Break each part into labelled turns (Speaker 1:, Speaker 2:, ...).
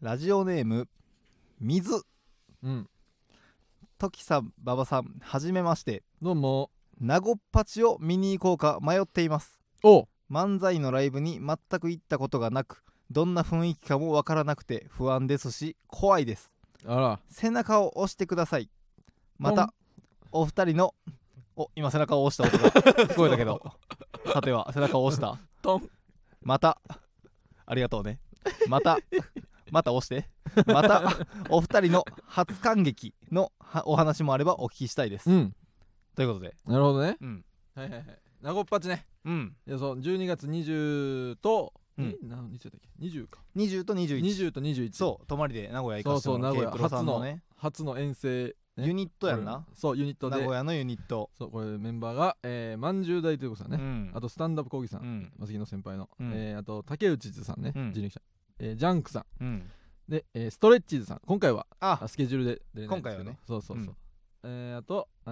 Speaker 1: ラジオネーム水
Speaker 2: うん
Speaker 1: 時さん馬場さんはじめまして
Speaker 2: どうも
Speaker 1: 名護パチを見に行こうか迷っています
Speaker 2: お
Speaker 1: 漫才のライブに全く行ったことがなくどんな雰囲気かもわからなくて不安ですし怖いです
Speaker 2: あら
Speaker 1: 背中を押してくださいまたお二人のお今背中を押した音 が聞こえたけどさては背中を押した
Speaker 2: トン
Speaker 1: またありがとうねまたまた押してまたお二人の初感激のはお話もあればお聞きしたいです、
Speaker 2: うん
Speaker 1: ということで
Speaker 2: なるほどね
Speaker 1: うん
Speaker 2: はいはいはい名古っぱちね
Speaker 1: うん
Speaker 2: いやそう12月20と、
Speaker 1: うん
Speaker 2: え何日だっけ20か
Speaker 1: 20と21
Speaker 2: 20と21
Speaker 1: そう泊まりで名古屋行かせてもら
Speaker 2: そうそう名古屋
Speaker 1: K プロさんのね
Speaker 2: 初の遠征ね
Speaker 1: ユニットやんな、
Speaker 2: うんそうユニット
Speaker 1: 名
Speaker 2: で
Speaker 1: 古屋のユニット、
Speaker 2: そうこれメンバーが、えー、まんじゅう大ということさんね、
Speaker 1: うん
Speaker 2: あとスタンダップ講義さ、
Speaker 1: うんん
Speaker 2: マスギの先輩の、
Speaker 1: うん
Speaker 2: えーあと竹内図さんね、
Speaker 1: うん
Speaker 2: 人力車、えージャンクさ
Speaker 1: う
Speaker 2: ん
Speaker 1: ん
Speaker 2: で、えーストレッチーズさん今回は
Speaker 1: あ
Speaker 2: あスケジュールで出れないんで
Speaker 1: 今回
Speaker 2: すけど
Speaker 1: はね
Speaker 2: そうそうそう
Speaker 1: うん、
Speaker 2: えーあとえ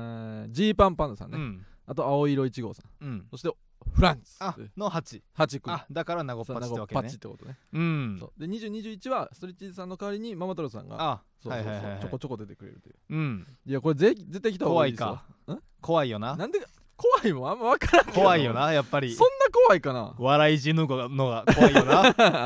Speaker 2: ージーパンパンダさんね、
Speaker 1: うん
Speaker 2: あと青色1号さん
Speaker 1: うん
Speaker 2: そしてフランツ
Speaker 1: あの8
Speaker 2: 8組
Speaker 1: あだから名護
Speaker 2: そ
Speaker 1: パ
Speaker 2: う
Speaker 1: チってわけ
Speaker 2: パ
Speaker 1: ね
Speaker 2: チってことね、
Speaker 1: うん
Speaker 2: そうで2021はストレッチーズさんの代わりにママ太郎さんが
Speaker 1: あ
Speaker 2: そう
Speaker 1: は
Speaker 2: そう
Speaker 1: い
Speaker 2: そ
Speaker 1: は
Speaker 2: う、
Speaker 1: いはいはい
Speaker 2: ちょこちょこ出てくれるという
Speaker 1: うん
Speaker 2: いやこれぜ絶対来た方が
Speaker 1: 怖
Speaker 2: いい
Speaker 1: い
Speaker 2: ですよ
Speaker 1: か
Speaker 2: ん
Speaker 1: 怖いよな
Speaker 2: なんで怖いもんあんま分からんけど
Speaker 1: 怖いよなやっぱり
Speaker 2: そんな怖いかな
Speaker 1: 笑い死ぬのがのが怖いよ な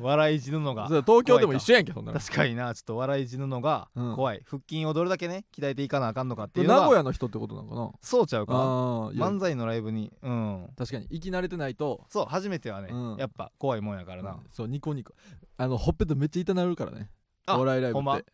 Speaker 1: 笑い死ぬのが
Speaker 2: そう東京でも一緒やんけそんなの
Speaker 1: 確かになちょっと笑い死ぬのが
Speaker 2: うん
Speaker 1: 怖い、腹筋をどれだけね鍛えていかなあかんのかっていうの
Speaker 2: 名
Speaker 1: が
Speaker 2: 古屋の人ってことなのかな
Speaker 1: そうちゃうか
Speaker 2: ああいや
Speaker 1: 漫才のライブにうん
Speaker 2: 確かに生き慣れてないと
Speaker 1: そう初めてはね、
Speaker 2: うん
Speaker 1: やっぱ怖いもんやからな、
Speaker 2: そうニコニコあのほっぺためっちゃ痛なるからね
Speaker 1: あ
Speaker 2: お笑いライブ
Speaker 1: ほんま
Speaker 2: って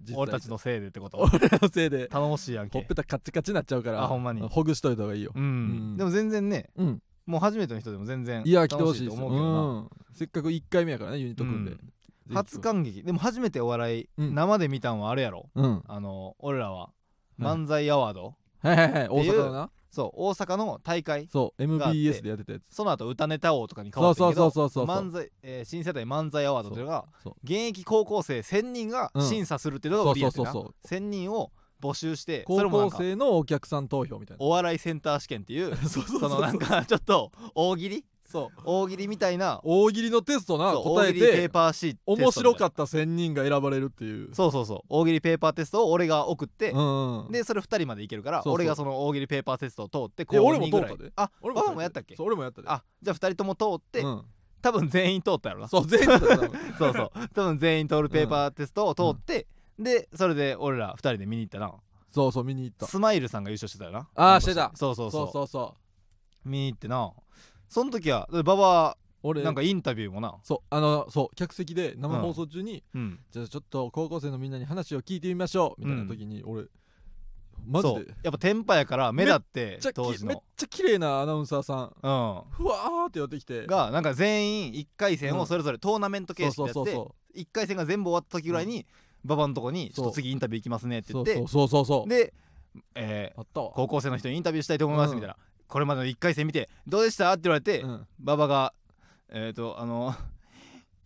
Speaker 2: 実際
Speaker 1: 俺た ちのせいでってこと
Speaker 2: 俺らのせいで
Speaker 1: 頼もしいやん
Speaker 2: ほっ
Speaker 1: け
Speaker 2: ぺたカチカチになっちゃうから
Speaker 1: あほんまに
Speaker 2: ほぐしといた方がいいよ
Speaker 1: うん、
Speaker 2: うん
Speaker 1: でも全然ね
Speaker 2: うん
Speaker 1: もう初めての人でも全然
Speaker 2: いや来てほしいで
Speaker 1: と
Speaker 2: す
Speaker 1: 思うけどな、
Speaker 2: うんせっかく1回目やからねユニット組んで
Speaker 1: うん
Speaker 2: ぜひ
Speaker 1: 初感激でも初めてお笑い、
Speaker 2: うん
Speaker 1: 生で見たんはあれやろ
Speaker 2: うん
Speaker 1: あの俺らは
Speaker 2: うん
Speaker 1: 漫才アワード、
Speaker 2: はいはいはい大
Speaker 1: っていう
Speaker 2: 阪だな
Speaker 1: そう大阪の大会
Speaker 2: そう
Speaker 1: があって
Speaker 2: MBS でやってたやつ
Speaker 1: その後歌ネタ王とかに変
Speaker 2: そ
Speaker 1: わ
Speaker 2: う
Speaker 1: ってん
Speaker 2: そ
Speaker 1: け
Speaker 2: うそ
Speaker 1: ど
Speaker 2: うそうそうそう
Speaker 1: 漫才、えー新世代漫才アワードというのが
Speaker 2: そう
Speaker 1: 現役高校生1000人が
Speaker 2: うん
Speaker 1: 審査するっていうのが売りやってな、
Speaker 2: そうそうそ
Speaker 1: 1000
Speaker 2: う
Speaker 1: 人を募集してそれ
Speaker 2: 高
Speaker 1: もなん
Speaker 2: 校
Speaker 1: か
Speaker 2: 生のお客さん投票みたいな
Speaker 1: お笑いセンター試験っていう
Speaker 2: そうそう
Speaker 1: そのなんか ちょっと大喜利
Speaker 2: そう
Speaker 1: 大喜利みたいな
Speaker 2: 大喜利のテストな
Speaker 1: そう
Speaker 2: 答
Speaker 1: 大
Speaker 2: え
Speaker 1: 喜利ペ
Speaker 2: て
Speaker 1: ーパーシーテスト
Speaker 2: 面白か
Speaker 1: っ
Speaker 2: った1000人が選ばれるっていう
Speaker 1: たそうそうそう大喜利ペーパーテストを俺が送って、
Speaker 2: うんうん
Speaker 1: でそれ2人までいけるから
Speaker 2: そうそう
Speaker 1: 俺がその大喜利ペーパーテストを通って
Speaker 2: え俺も
Speaker 1: 公認ぐらい
Speaker 2: 通ったで
Speaker 1: あ
Speaker 2: 俺
Speaker 1: 俺もやったっけ
Speaker 2: そう俺もやったで
Speaker 1: あじゃあ2人とも通って、
Speaker 2: うん
Speaker 1: 多分全員通ったやろな
Speaker 2: そう全員やった多分
Speaker 1: そうそう 多分全員通るペーパーテストを通って、でそれで俺ら2人で見に行ったな
Speaker 2: そうそう見に行った
Speaker 1: スマイルさんが優勝してたよな
Speaker 2: あーしてた
Speaker 1: そうそうそ
Speaker 2: そううそうそう
Speaker 1: 見に行ってなその時は馬場
Speaker 2: 俺
Speaker 1: なんかインタビューもな
Speaker 2: そうあのそう客席で生放送中に
Speaker 1: うん
Speaker 2: じゃあちょっと高校生のみんなに話を聞いてみましょうみたいな時に俺マジ
Speaker 1: そ
Speaker 2: で
Speaker 1: うやっぱテンパやから目立って
Speaker 2: めっちゃ
Speaker 1: 当
Speaker 2: き
Speaker 1: 時
Speaker 2: めっ
Speaker 1: の
Speaker 2: ちゃ綺麗なアナウンサーさん
Speaker 1: う
Speaker 2: ふわーって寄ってきて
Speaker 1: んがなんか全員1回戦をそれぞれトーナメント
Speaker 2: そ
Speaker 1: 形
Speaker 2: う
Speaker 1: 式
Speaker 2: そう
Speaker 1: でや
Speaker 2: そ
Speaker 1: っ
Speaker 2: う
Speaker 1: て
Speaker 2: そ
Speaker 1: 1回戦が全部終わった時ぐらいに馬場のとこに「ちょっと次インタビュー行きますね」って
Speaker 2: う
Speaker 1: 言
Speaker 2: そ
Speaker 1: っ
Speaker 2: う
Speaker 1: て
Speaker 2: そうそうそう
Speaker 1: で、えー
Speaker 2: あったわ
Speaker 1: 高校生の人にインタビューしたいと思います」みたいな、これまでの1回戦見て「どうでした?」って言われて、
Speaker 2: うん
Speaker 1: 馬場がえっ、ー、とあの「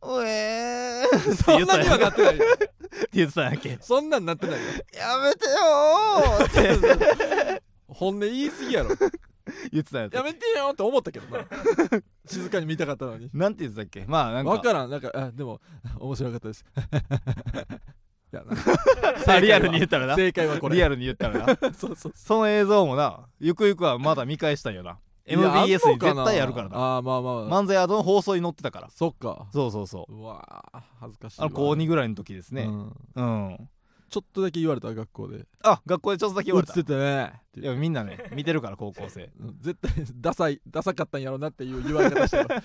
Speaker 1: うえー」って
Speaker 2: そ
Speaker 1: 言
Speaker 2: ん
Speaker 1: った
Speaker 2: なにはなってないよ
Speaker 1: って言ってたんやっけ
Speaker 2: そんなんなっ てないよ
Speaker 1: やめてよーって
Speaker 2: 本音言い過ぎやろ
Speaker 1: 言 ってたんやっ
Speaker 2: や
Speaker 1: け
Speaker 2: めてよって思ったけどな静かに見たかったのに
Speaker 1: なんて言ってたっけまあなん
Speaker 2: わ
Speaker 1: か
Speaker 2: からんなんかあでも面白かったです いやな
Speaker 1: さあリアルに言ったらな
Speaker 2: 正解はこれ
Speaker 1: リア
Speaker 2: ル
Speaker 1: ルに言ったらな
Speaker 2: そうそう
Speaker 1: その映像もなゆくゆくはまだ見返したんよない
Speaker 2: や
Speaker 1: MBS
Speaker 2: あん
Speaker 1: に
Speaker 2: のか
Speaker 1: 絶対やるからな
Speaker 2: あーまあまあ、まあ、
Speaker 1: 漫才アートの放送に載ってたから
Speaker 2: そっか
Speaker 1: そうそうそう
Speaker 2: うわー恥ずかしい
Speaker 1: あ
Speaker 2: わ
Speaker 1: の高2ぐらいの時です
Speaker 2: う
Speaker 1: ね
Speaker 2: ん
Speaker 1: うん、
Speaker 2: ちょっとだけ言われた学校で
Speaker 1: あ学校でちょっとだけ言われた
Speaker 2: 映ってたねって
Speaker 1: いやみんなね見てるから高校生
Speaker 2: うん絶対ダサいダサかったんやろなっていう言 われ方してたう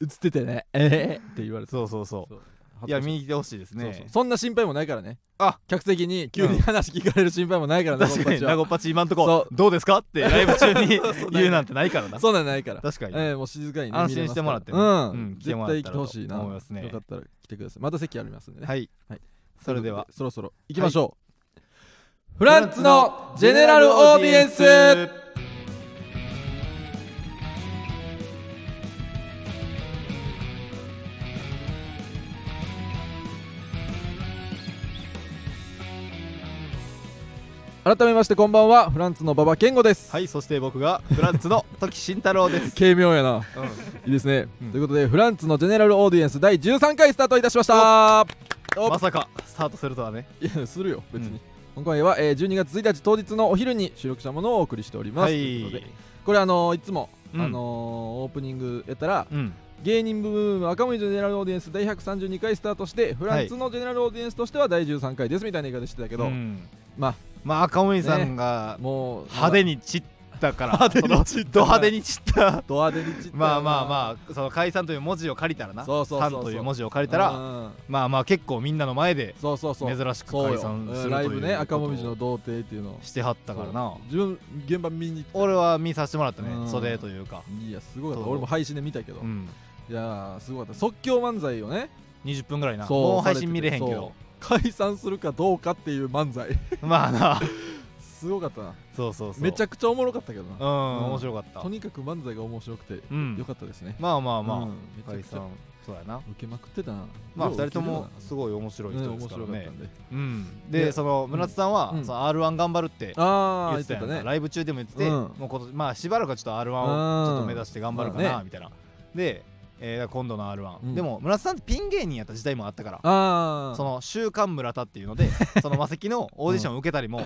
Speaker 2: 映っててねえー、って言われた
Speaker 1: そうそうそう
Speaker 2: そう
Speaker 1: いや見
Speaker 2: ん
Speaker 1: に来てほしいですね
Speaker 2: そうそうそんな心配もないからね
Speaker 1: あ
Speaker 2: 客席に急に話聞かれる心配もないからね、
Speaker 1: 確かに
Speaker 2: 僕たちは
Speaker 1: ナゴパチ今んと
Speaker 2: そ
Speaker 1: こ
Speaker 2: う
Speaker 1: どうですかってライブ中 に
Speaker 2: う
Speaker 1: 言うなんてないからな
Speaker 2: そんなんないから
Speaker 1: 確かに
Speaker 2: ええもう静かに、ね、
Speaker 1: 安心してもらってね
Speaker 2: 見れます
Speaker 1: う
Speaker 2: からうんん、
Speaker 1: 来ても
Speaker 2: 絶
Speaker 1: らえたら
Speaker 2: 対来て
Speaker 1: と
Speaker 2: ほしいな
Speaker 1: 思いますね
Speaker 2: よかったら来てくださいまた席ありますんでね、
Speaker 1: はい
Speaker 2: はい
Speaker 1: それでは
Speaker 2: そろそろ行きましょうフランツのジェネラルオーディエンス改めましてこんばんはフランツの馬場健吾です、
Speaker 1: はいそして僕がフランツの時慎太郎です、
Speaker 2: 軽妙やな
Speaker 1: うん
Speaker 2: いいですね、
Speaker 1: うん
Speaker 2: ということでフランツのジェネラルオーディエンス第13回スタートいたしましたお
Speaker 1: まさかスタートするとはね
Speaker 2: いやするよ別に、
Speaker 1: うん
Speaker 2: 今回は、えー12月1日当日のお昼に収録したものをお送りしております、
Speaker 1: は
Speaker 2: ということ
Speaker 1: い
Speaker 2: でこれあのーいつも、
Speaker 1: うん
Speaker 2: あのーオープニングやったら
Speaker 1: うん
Speaker 2: 芸人ブーム赤森ジェネラルオーディエンス第132回スタートしてフランスのジェネラルオーディエンスとしては第13回ですみたいな言い方してたけ
Speaker 1: う
Speaker 2: ど、
Speaker 1: ん
Speaker 2: まあ
Speaker 1: まあ赤森さんが
Speaker 2: もう
Speaker 1: 派手に散ったから
Speaker 2: 派手に散
Speaker 1: そ
Speaker 2: った
Speaker 1: のド派手に散 った
Speaker 2: ドアでに散った
Speaker 1: まあまあまあその解散という文字を借りたらな
Speaker 2: そうそうそうそう
Speaker 1: 散という文字を
Speaker 2: あ
Speaker 1: 借りたらまあまあ結構みんなの前で
Speaker 2: そうそうそう
Speaker 1: 珍しく
Speaker 2: そう
Speaker 1: 解
Speaker 2: よ
Speaker 1: 散す
Speaker 2: うん
Speaker 1: る
Speaker 2: ライ
Speaker 1: とい
Speaker 2: ブ
Speaker 1: う
Speaker 2: ね赤もみじ
Speaker 1: こと
Speaker 2: の
Speaker 1: を
Speaker 2: 童貞っていうのを
Speaker 1: してはったからな
Speaker 2: 自分現場見に行っ
Speaker 1: 俺は見させてもらったね
Speaker 2: うん
Speaker 1: 袖というか
Speaker 2: たいやすごい
Speaker 1: そう
Speaker 2: 俺も配信で見たけど、
Speaker 1: うん
Speaker 2: いやーすごかった即興漫才をね
Speaker 1: 20分ぐらいな
Speaker 2: そう
Speaker 1: もう配信見れへんけど
Speaker 2: 解散するかどうかっていう漫才
Speaker 1: まあな
Speaker 2: すごかったな
Speaker 1: そうそうそう
Speaker 2: めちゃくちゃおもろかったけど
Speaker 1: う
Speaker 2: な、
Speaker 1: ん面白かった
Speaker 2: とにかく漫才が面白くて
Speaker 1: うん
Speaker 2: よかったですね、
Speaker 1: まあまあま
Speaker 2: う
Speaker 1: あ
Speaker 2: んめ
Speaker 1: 解
Speaker 2: ちゃくちゃ
Speaker 1: 散そうやな
Speaker 2: 受けまくってたな
Speaker 1: まあ
Speaker 2: よ
Speaker 1: 2
Speaker 2: う
Speaker 1: 人と
Speaker 2: 受
Speaker 1: も
Speaker 2: けてたな
Speaker 1: すごい面白い
Speaker 2: ね
Speaker 1: 人
Speaker 2: 面
Speaker 1: です
Speaker 2: 白
Speaker 1: か
Speaker 2: からった
Speaker 1: ね
Speaker 2: んで
Speaker 1: うん
Speaker 2: で
Speaker 1: でその村田さんは
Speaker 2: うん
Speaker 1: その R1 頑張るって
Speaker 2: ああ
Speaker 1: 言っ
Speaker 2: 言ってて
Speaker 1: たよ
Speaker 2: た
Speaker 1: な
Speaker 2: ね
Speaker 1: ライブ中でも言ってて
Speaker 2: うん
Speaker 1: もう今年まあしばらくはちょっと R1
Speaker 2: うん
Speaker 1: をちょっと目指して頑張るか
Speaker 2: まあ
Speaker 1: な
Speaker 2: ね
Speaker 1: みたいなでえーだから今度の R1、
Speaker 2: うん
Speaker 1: でも村田さんってピン芸人やった時代もあったから
Speaker 2: ああ
Speaker 1: その「週刊村田」っていうの でそのマセキのオーディションを受けたりも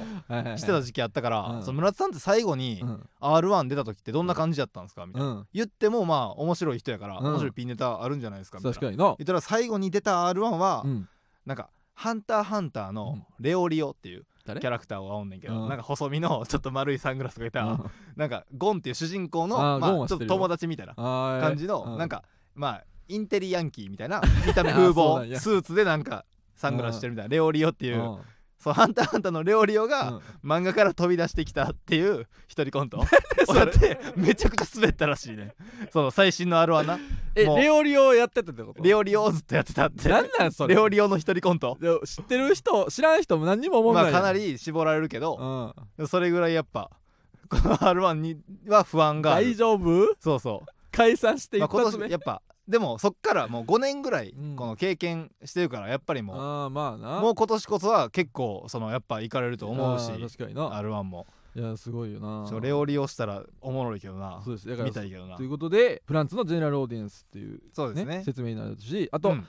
Speaker 1: してた時期あったから、
Speaker 2: うん
Speaker 1: その村田さんって最後に
Speaker 2: うん
Speaker 1: 「R‐1」出た時ってどんな感じだったんですかみたいな、
Speaker 2: うん
Speaker 1: 言ってもまあ面白い人やから、
Speaker 2: うん
Speaker 1: 面白いピンネタあるんじゃないですかみたいな
Speaker 2: 確かにな
Speaker 1: 言ったら最後に出た R‐1 は、
Speaker 2: うん
Speaker 1: なんか「ハンターハンター」のレオリオっていう
Speaker 2: 誰
Speaker 1: キャラクターをあおんねんけど、
Speaker 2: うん
Speaker 1: なんか細身のちょっと丸いサングラスがいた、
Speaker 2: うん
Speaker 1: なんかゴンっていう主人公の
Speaker 2: あー
Speaker 1: まあ、ち
Speaker 2: ゴ
Speaker 1: ょ
Speaker 2: ンは
Speaker 1: っ
Speaker 2: 知
Speaker 1: と
Speaker 2: ってるよ
Speaker 1: 友達みたいな
Speaker 2: あー
Speaker 1: 感じの、
Speaker 2: うん
Speaker 1: なんかまあインテリヤンキーみた いな見た目風
Speaker 2: そうなん
Speaker 1: 貌
Speaker 2: や
Speaker 1: スーツでなんかサングラスしてるみたいなレオリオっていううん
Speaker 2: うん
Speaker 1: そうハンターハンターのレオリオが漫画から飛び出してきたっていう一人コ ントをやってめちゃくちゃ滑ったらしいねその最新の R はな
Speaker 2: え
Speaker 1: もう
Speaker 2: レオリオやってたってこと
Speaker 1: レオリオをずっとやってたって
Speaker 2: なんなんそれ
Speaker 1: レオリオの一人コント
Speaker 2: でも知ってる人知らん人も何にも思わ
Speaker 1: ま
Speaker 2: な
Speaker 1: あ
Speaker 2: い
Speaker 1: かな
Speaker 2: り
Speaker 1: り絞られるけ
Speaker 2: う
Speaker 1: ど
Speaker 2: ん
Speaker 1: それぐらいやっぱこの R1 には不安があ
Speaker 2: 大
Speaker 1: る
Speaker 2: 丈夫
Speaker 1: そうそ
Speaker 2: 解散して
Speaker 1: う、ま
Speaker 2: 一
Speaker 1: あ、今
Speaker 2: 発目
Speaker 1: 年やっぱでもそっからもう5年ぐらい
Speaker 2: うん
Speaker 1: この経験してるからやっぱりもう
Speaker 2: ああまあな
Speaker 1: もう今年こそは結構そのやっぱ行かれると思うし
Speaker 2: あー確かにな
Speaker 1: R1 も
Speaker 2: いやすごいよな
Speaker 1: ちょレオリオしたらおもろいけどな
Speaker 2: そうですだから
Speaker 1: 見たいけどな
Speaker 2: ということでフランスのジェネラルオーディエンスっていう
Speaker 1: そうですね
Speaker 2: 説明になるしあと、
Speaker 1: うん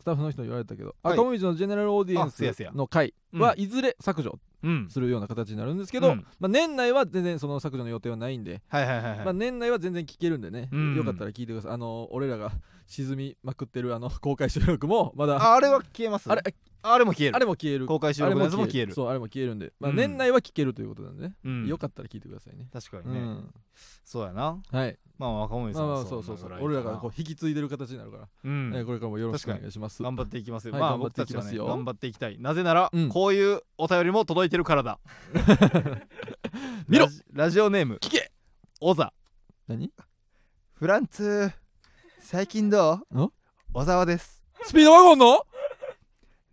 Speaker 2: スタッフの人に言われたけど、
Speaker 1: はい
Speaker 2: 赤もみじのジェネラルオーディエン
Speaker 1: あせやせ
Speaker 2: ス
Speaker 1: や
Speaker 2: の回
Speaker 1: う
Speaker 2: はいずれ削除
Speaker 1: うん
Speaker 2: するような形になるんですけど、
Speaker 1: うん
Speaker 2: まあ、年内は全然その削除の予定はないんで、
Speaker 1: はいはいはい
Speaker 2: まあ、
Speaker 1: はい
Speaker 2: 年内は全然聞けるんでね、
Speaker 1: うん
Speaker 2: よかったら聞いてくださいあの俺らが沈みまくってるあの公開収録もまだあ
Speaker 1: ああれは消えます
Speaker 2: れ
Speaker 1: あれも消え
Speaker 2: あ
Speaker 1: る
Speaker 2: れも消える
Speaker 1: 公開収
Speaker 2: あれ
Speaker 1: 録の
Speaker 2: も
Speaker 1: やつも消える
Speaker 2: そうあれも消えるんで、まあ、
Speaker 1: うん
Speaker 2: 年内は聞けるということなんでね、
Speaker 1: うん
Speaker 2: よかったら聞いてくださいね
Speaker 1: 確か
Speaker 2: う
Speaker 1: にね
Speaker 2: ん、
Speaker 1: そうやな
Speaker 2: はい、
Speaker 1: まあ若者
Speaker 2: ま
Speaker 1: さ
Speaker 2: あ
Speaker 1: ん
Speaker 2: まあ
Speaker 1: は
Speaker 2: そうそうそ
Speaker 1: な
Speaker 2: うん
Speaker 1: な
Speaker 2: 俺ら
Speaker 1: か
Speaker 2: が
Speaker 1: な
Speaker 2: こう引き継いでる形になるから、
Speaker 1: う
Speaker 2: えー
Speaker 1: ん
Speaker 2: これからもよろしく
Speaker 1: 確か
Speaker 2: お
Speaker 1: に
Speaker 2: 願いします
Speaker 1: 頑張っていきますよ
Speaker 2: はい
Speaker 1: まあ
Speaker 2: 頑張っ
Speaker 1: 僕
Speaker 2: てい
Speaker 1: た
Speaker 2: き
Speaker 1: ち
Speaker 2: ま
Speaker 1: は
Speaker 2: す
Speaker 1: ね
Speaker 2: よ
Speaker 1: 頑張っていきたいなぜなら
Speaker 2: うん
Speaker 1: こういうお便りも届いてるから だ
Speaker 2: 見ろ
Speaker 1: ラジラジオネーム
Speaker 2: 聞け
Speaker 1: オザ
Speaker 2: 何
Speaker 1: フランツ最近ど
Speaker 2: ん
Speaker 1: う小沢です
Speaker 2: スピードワゴンの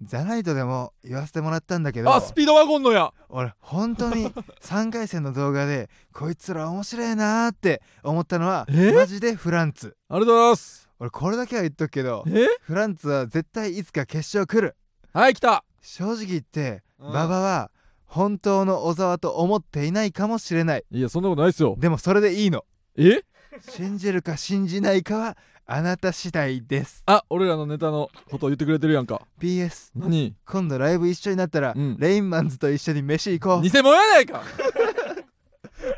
Speaker 1: ザナイトでも言わせてもらったんだけど
Speaker 2: あスピードワゴンのや
Speaker 1: 俺本当 に3回戦の動画でこいつら面白いなーって思ったのは
Speaker 2: え
Speaker 1: マジでフランツ
Speaker 2: ありがとうございます
Speaker 1: 俺これだけは言っとくけど
Speaker 2: え
Speaker 1: フランツは絶対いつか決勝来る
Speaker 2: はい来た
Speaker 1: 正直言って
Speaker 2: うん
Speaker 1: 馬場は本当の小沢と思っていないかもしれない
Speaker 2: いやそんなことないっすよ
Speaker 1: でもそれでいいの
Speaker 2: え
Speaker 1: 信じるか信じないかはあなた次第です
Speaker 2: あ俺らのネタのことを言ってくれてるやんか
Speaker 1: PS
Speaker 2: 何
Speaker 1: 今度ライブ一緒になったら、
Speaker 2: うん
Speaker 1: レインマンズと一緒に飯行こ
Speaker 2: 偽物やないか
Speaker 1: う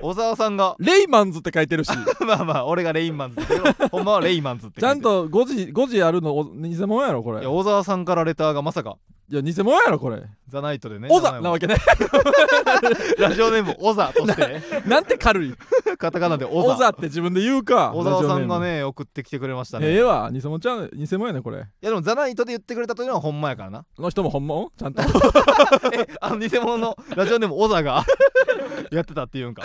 Speaker 1: 小沢さんが
Speaker 2: レイマンズって書いてるし
Speaker 1: まあまあ俺がレインマンズだけどほんまはレインマンズって
Speaker 2: ちゃんと5時5時あるのお偽物やろこれ
Speaker 1: いや小沢さんからレターがまさか
Speaker 2: いや偽物やろこれ
Speaker 1: 「ザナイトでね
Speaker 2: オ
Speaker 1: 名前
Speaker 2: ザな
Speaker 1: も
Speaker 2: わけね
Speaker 1: ラジオネーム「オザ」として
Speaker 2: なんて軽い
Speaker 1: カタカナで「オザ」
Speaker 2: オザって自分で言うか
Speaker 1: 小沢さんがね送ってきてくれました
Speaker 2: ラジオネーム
Speaker 1: ね、い
Speaker 2: ええわ偽物ちゃう偽物やねこれ
Speaker 1: やでも「ザナイトで言ってくれたというのはほんまやからな
Speaker 2: この人も本物ちゃんと
Speaker 1: えあの偽物のラジオネーム「オザ」 がやってたっていうんか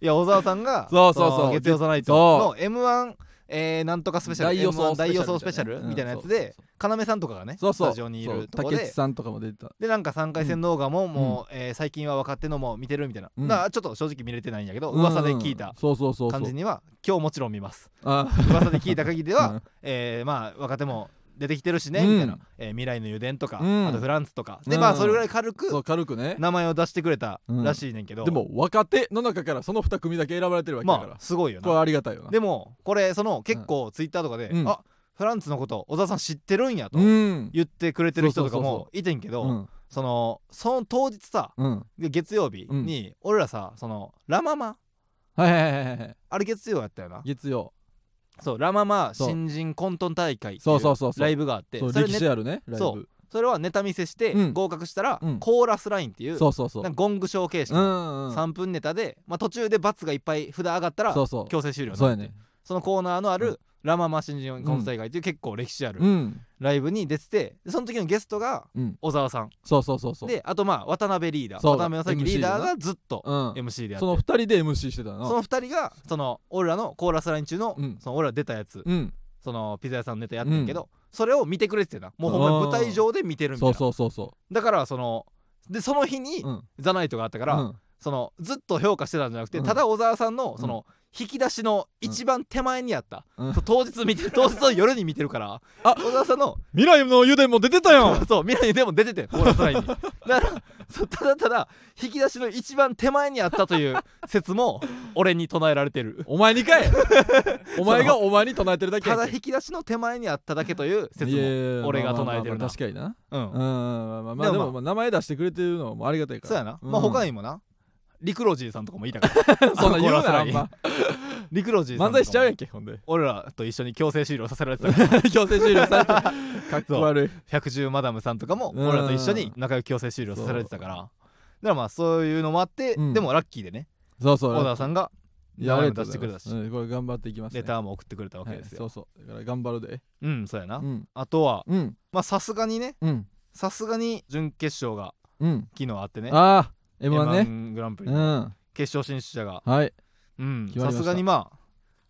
Speaker 1: いや小沢さんが
Speaker 2: そうそうそう
Speaker 1: の月曜「ザナイトの m 1えー、なんとか スペシャル
Speaker 2: 大予想
Speaker 1: M1 大予想スペシャルみたいなやつで要さんとかがね
Speaker 2: そうそう
Speaker 1: スタジオにい
Speaker 2: そ
Speaker 1: る
Speaker 2: う
Speaker 1: とこ
Speaker 2: 竹内
Speaker 1: で
Speaker 2: さんとかも出てた
Speaker 1: でなんか3回戦動画ももう、えー最近は若手のも見てるみたいな、
Speaker 2: うん
Speaker 1: なちょっと正直見れてないんやけど噂で聞い
Speaker 2: うん
Speaker 1: た
Speaker 2: そうそうそうそう
Speaker 1: 感じには今日もちろん見ます
Speaker 2: あ
Speaker 1: 噂で聞いた限りでは、
Speaker 2: うん
Speaker 1: えーまあ若手も出てきてるしね、
Speaker 2: うん
Speaker 1: みたいな、えー未来の油田とか、
Speaker 2: うん
Speaker 1: あとフランスとかで
Speaker 2: うん
Speaker 1: まあそれぐらい軽
Speaker 2: そ
Speaker 1: く
Speaker 2: う軽くね
Speaker 1: 名前を出してくれたらしいねんけど、
Speaker 2: でも若手の中からその2組だけ選ばれてるわけだから、
Speaker 1: まあすごいよ
Speaker 2: これ
Speaker 1: な
Speaker 2: はありがたいよな
Speaker 1: でもこれその結構ツイッターとかで、
Speaker 2: うん
Speaker 1: あフランスのこと小沢さん知ってるんやと
Speaker 2: うん
Speaker 1: 言ってくれてる人とか
Speaker 2: そうそうそう
Speaker 1: もいてんけど、
Speaker 2: うん
Speaker 1: そのその当日さ
Speaker 2: うん
Speaker 1: で月曜日に俺らさそのラ・ママ
Speaker 2: はいはいはいはいはい
Speaker 1: あれ月曜やったよな
Speaker 2: 月曜
Speaker 1: そうラ・ママ
Speaker 2: そう
Speaker 1: 新人コントン大会ってい
Speaker 2: そうそうそうそう
Speaker 1: ライブがあって
Speaker 2: そう
Speaker 1: それ,、
Speaker 2: 歴
Speaker 1: ね、
Speaker 2: 史あるねライブ
Speaker 1: そそれはネタ見せして
Speaker 2: うん
Speaker 1: 合格したら、
Speaker 2: うん
Speaker 1: コーラスラインっていう
Speaker 2: そうそうそう
Speaker 1: なんかゴングショー形式
Speaker 2: う
Speaker 1: の
Speaker 2: んうん
Speaker 1: 3分ネタで、まあ、途中で罰がいっぱい札上がったら
Speaker 2: そうそう
Speaker 1: 強制終了
Speaker 2: そう
Speaker 1: な
Speaker 2: や
Speaker 1: んで
Speaker 2: ね
Speaker 1: そのコーナーのある、
Speaker 2: うん
Speaker 1: ラ・ママ新人コント大会っていう結構歴史ある
Speaker 2: うん
Speaker 1: ライブに出ててでその時のゲストが
Speaker 2: うん
Speaker 1: 小沢さん
Speaker 2: そうそうそうそう
Speaker 1: であとまあ渡辺リーダー
Speaker 2: そう
Speaker 1: 渡
Speaker 2: だ
Speaker 1: 辺正行リーダーがずっと
Speaker 2: うん
Speaker 1: MC でやって
Speaker 2: その2人で MC してたな
Speaker 1: その2人がその俺らのコーラスライン中の,、
Speaker 2: うん
Speaker 1: その俺ら出たやつ、
Speaker 2: うん
Speaker 1: そのピザ屋さんのネタやってんけど、それを見てくれててなもうほんまに舞台上で見てるみたい
Speaker 2: そ
Speaker 1: な
Speaker 2: うそうそうそ
Speaker 1: だからそのでその日に
Speaker 2: ううん
Speaker 1: ザナイトがあったから、
Speaker 2: うん
Speaker 1: そのずっと評価してたんじゃなくて、
Speaker 2: うん
Speaker 1: ただ小沢さんの
Speaker 2: ん
Speaker 1: その引き出しの一番手前にあった、
Speaker 2: うん
Speaker 1: そう当日見 て当日の夜に見てるから
Speaker 2: あ
Speaker 1: 小沢さんの
Speaker 2: 未来の油田も出てた よ
Speaker 1: そう未来にでも出ててコーラスラインに だからそうただただ引き出しの一番手前にあったという説 も俺に唱えられてる
Speaker 2: お前にかいお前がお前に唱えてるだけ
Speaker 1: た
Speaker 2: やん
Speaker 1: だ
Speaker 2: け
Speaker 1: 引き出しの手前にあっただけという説
Speaker 2: いや
Speaker 1: も、
Speaker 2: いやいや
Speaker 1: 俺が唱えてるな
Speaker 2: まあまあまあ確かにな
Speaker 1: うん
Speaker 2: うんまあまあまあ
Speaker 1: で
Speaker 2: で
Speaker 1: もまあ
Speaker 2: もまあ名前出してくれてるのもありがたいから
Speaker 1: そうやな、
Speaker 2: ん
Speaker 1: まあ他にもなリクロジーさんとかもいた から
Speaker 2: そんな言
Speaker 1: あのコー
Speaker 2: うならあ
Speaker 1: ラスライ
Speaker 2: ん
Speaker 1: ン
Speaker 2: ま
Speaker 1: リクロジーさん
Speaker 2: 漫
Speaker 1: とかも
Speaker 2: 才しちゃうやんけほんで
Speaker 1: 俺らと一緒に強制終了させられてたから
Speaker 2: 強制終了されてかっこ悪い
Speaker 1: 百獣マダムさんとかも
Speaker 2: うん
Speaker 1: 俺らと一緒に仲良く強制終了させられてたからだからまあそういうのもあって、
Speaker 2: うん
Speaker 1: でもラッキーでね
Speaker 2: そうそう
Speaker 1: 小田さんが
Speaker 2: いやあ
Speaker 1: 名前
Speaker 2: り
Speaker 1: も
Speaker 2: が
Speaker 1: 出
Speaker 2: とう
Speaker 1: し
Speaker 2: ご
Speaker 1: てくれ
Speaker 2: ざいま
Speaker 1: た
Speaker 2: す
Speaker 1: し、
Speaker 2: うんこれ頑張っていきますね
Speaker 1: レターも送ってくれたわけですよ、
Speaker 2: はいそうそうだから頑張るで
Speaker 1: うんそうやな、
Speaker 2: うん
Speaker 1: あとは
Speaker 2: うん
Speaker 1: まあさすがにね
Speaker 2: うん
Speaker 1: さすがに準決勝が
Speaker 2: うん
Speaker 1: 昨日あってね
Speaker 2: ああ M1 ね
Speaker 1: M1 グランプリ
Speaker 2: う
Speaker 1: の
Speaker 2: ん
Speaker 1: 決勝進出者が
Speaker 2: はい
Speaker 1: うん
Speaker 2: 決まりま
Speaker 1: さ
Speaker 2: した
Speaker 1: すがにまあ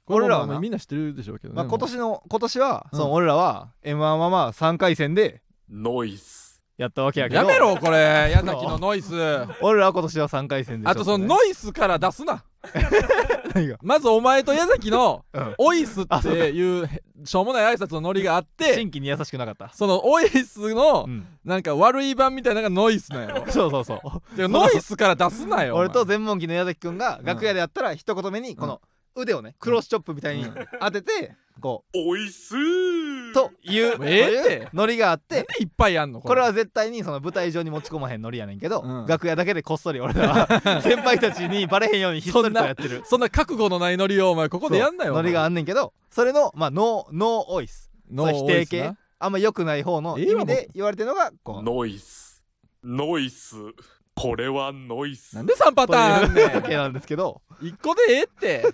Speaker 2: これ
Speaker 1: 俺ら
Speaker 2: も
Speaker 1: は
Speaker 2: ま
Speaker 1: な
Speaker 2: あみんな知ってるでしょうけどね
Speaker 1: まあ、今
Speaker 2: も
Speaker 1: 年の今年は、
Speaker 2: うん
Speaker 1: その俺らは m 1はまあ3回戦で
Speaker 3: ノイズ。
Speaker 1: やったわけ
Speaker 2: う
Speaker 1: やけど
Speaker 2: やめろこれ 矢崎のノイズ
Speaker 1: 俺らは今年は3回戦で
Speaker 2: あとその
Speaker 1: ノ
Speaker 2: ノイズから出すな
Speaker 1: 何が
Speaker 2: まずお前と矢崎の
Speaker 1: うん
Speaker 2: オイスっ
Speaker 1: あ
Speaker 2: て
Speaker 1: そう
Speaker 2: いうへしょうもない挨拶のノリがあって
Speaker 1: 新規に優しくなかった、
Speaker 2: そのオイスの
Speaker 1: うん、
Speaker 2: なんか悪い版みたいなのがノイスなんやろ
Speaker 1: そうそうそう
Speaker 2: でノイスから出すなよお前
Speaker 1: 俺と全問記の矢崎くんが
Speaker 2: ん
Speaker 1: 楽屋でやったら一言目にこの腕をねクロスチョップみたいに
Speaker 2: うん
Speaker 1: 当ててこ
Speaker 3: おいす
Speaker 1: う
Speaker 3: ー
Speaker 1: という
Speaker 2: もうええって
Speaker 1: というノリがあっ
Speaker 2: なん
Speaker 1: て
Speaker 2: でいっぱいあんの
Speaker 1: これは絶対にその舞台上に持ち込まへんノリやねんけど、
Speaker 2: うん
Speaker 1: 楽屋だけでこっそり俺らは 先輩たちにバレへんようにひっそりとやって る
Speaker 2: そんな覚悟のないノリをお前ここでやんなよ。
Speaker 1: ノリがあ
Speaker 2: ん
Speaker 1: んねんけけどそれのまあノーノーオイス
Speaker 2: の
Speaker 1: それ否定形あんま良くない方の
Speaker 2: ええ
Speaker 1: 意
Speaker 2: わ
Speaker 1: 味で言われてるのがこう
Speaker 3: ノイズ。ノイズ。これはノイズ。
Speaker 2: なんで3パターンあんね
Speaker 1: わ けなんですけど
Speaker 2: ん。1個でええって。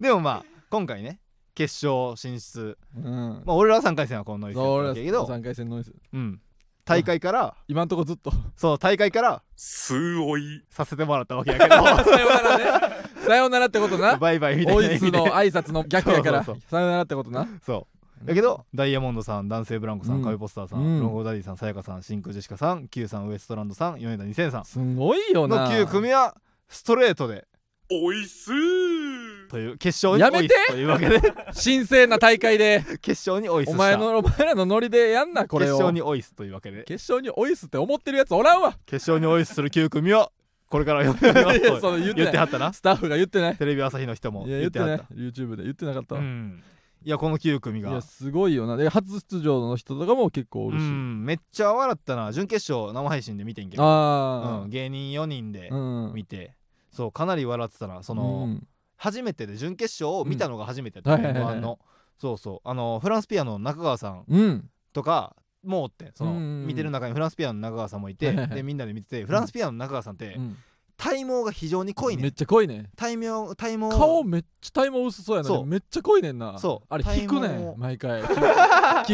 Speaker 1: でもまあ今回ね決勝進出
Speaker 2: うん。
Speaker 1: まあ俺らは3回戦はこのノイズだった
Speaker 2: そう
Speaker 1: わ
Speaker 2: 俺
Speaker 1: けやけど、
Speaker 2: 3回戦ノイズ。
Speaker 1: うん、大会から
Speaker 2: 今んとこずっと。
Speaker 1: そう大会から
Speaker 3: すおい。
Speaker 1: させてもらったわけやけど
Speaker 2: さよならね。さよならってこと な。
Speaker 1: バイバイみたい
Speaker 2: オ
Speaker 1: な意
Speaker 2: イス
Speaker 1: 味
Speaker 2: の
Speaker 1: で
Speaker 2: 挨拶の逆やから。
Speaker 1: そうそう
Speaker 2: さよならってことな。
Speaker 1: そうだけどダイヤモンドさん男性ブランコさ
Speaker 2: うんん
Speaker 1: カビポスターさん、
Speaker 2: うん
Speaker 1: ロンゴダディさんさやかさん真空ジェシカさん Q さんウエストランドさん米田2000さん
Speaker 2: すごいよ
Speaker 1: の
Speaker 2: な。
Speaker 1: 9組はストレートで
Speaker 3: おいすー
Speaker 1: という決勝に
Speaker 2: やめて
Speaker 1: オイスというわけで
Speaker 2: 神聖な大会で。
Speaker 1: 決勝にオイスし
Speaker 2: お
Speaker 1: た
Speaker 2: 前の、お前らのノリでやんな、これ
Speaker 1: 決
Speaker 2: を。
Speaker 1: 勝にオイスというわけで
Speaker 2: 決勝にオイスって思ってるやつおらんわ。
Speaker 1: 決勝にオイスする9組はこれから読んでみ ます
Speaker 2: いやそ
Speaker 1: と
Speaker 2: う言ってない
Speaker 1: 言ってはったな
Speaker 2: スタッフが言ってない。
Speaker 1: テレビ朝日の人も
Speaker 2: いや、
Speaker 1: 言っ
Speaker 2: 言ってて
Speaker 1: はっ
Speaker 2: な
Speaker 1: た
Speaker 2: い。YouTube で言ってなかったわ
Speaker 1: う。んいやこの9組
Speaker 2: い
Speaker 1: が
Speaker 2: やすごいよなで初出場の人とかも結構お
Speaker 1: う
Speaker 2: るし、
Speaker 1: んめっちゃ笑ったな準決勝生配信で見てんけど、
Speaker 2: あ
Speaker 1: う
Speaker 2: あ
Speaker 1: ん、芸人4人で
Speaker 2: うん
Speaker 1: 見て、そうかなり笑ってたなその、
Speaker 2: うん
Speaker 1: 初めてで準決勝を見たのが初めて
Speaker 2: う
Speaker 1: だっ
Speaker 2: ん
Speaker 1: た、
Speaker 2: はい
Speaker 1: M1
Speaker 2: はいはい
Speaker 1: のそうそうあのフランスピアノの中川さん
Speaker 2: うん
Speaker 1: とかもうおってんその、
Speaker 2: うんうんうん
Speaker 1: 見てる中にフランスピアノの中川さんもいて
Speaker 2: はいはいはい
Speaker 1: でみんなで見ててフランスピアノの中川さんって
Speaker 2: うん
Speaker 1: 体毛が非常に濃いね
Speaker 2: め
Speaker 1: ん
Speaker 2: っちゃ濃いね
Speaker 1: 体毛体毛
Speaker 2: 顔めっちゃ体毛薄そうやな
Speaker 1: そう
Speaker 2: でもめっちゃ濃いねんな
Speaker 1: そう
Speaker 2: あれ引くね
Speaker 1: 体
Speaker 2: ん
Speaker 1: 毛
Speaker 2: 毎 回着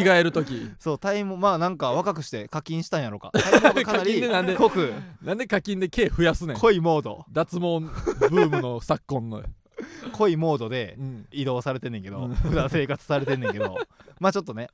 Speaker 2: 替える時
Speaker 1: そう体毛まあなんか若くして課金したんやろか体毛がかな
Speaker 2: 課金でなん
Speaker 1: り
Speaker 2: で
Speaker 1: 濃く
Speaker 2: なんで課金で毛増やすねん
Speaker 1: 濃いモード
Speaker 2: 脱毛ブームの昨 今の、
Speaker 1: 濃いモードで
Speaker 2: うん、
Speaker 1: 移動されてんねんけど、
Speaker 2: うん
Speaker 1: 普段生活されてんねんけど まあちょっとね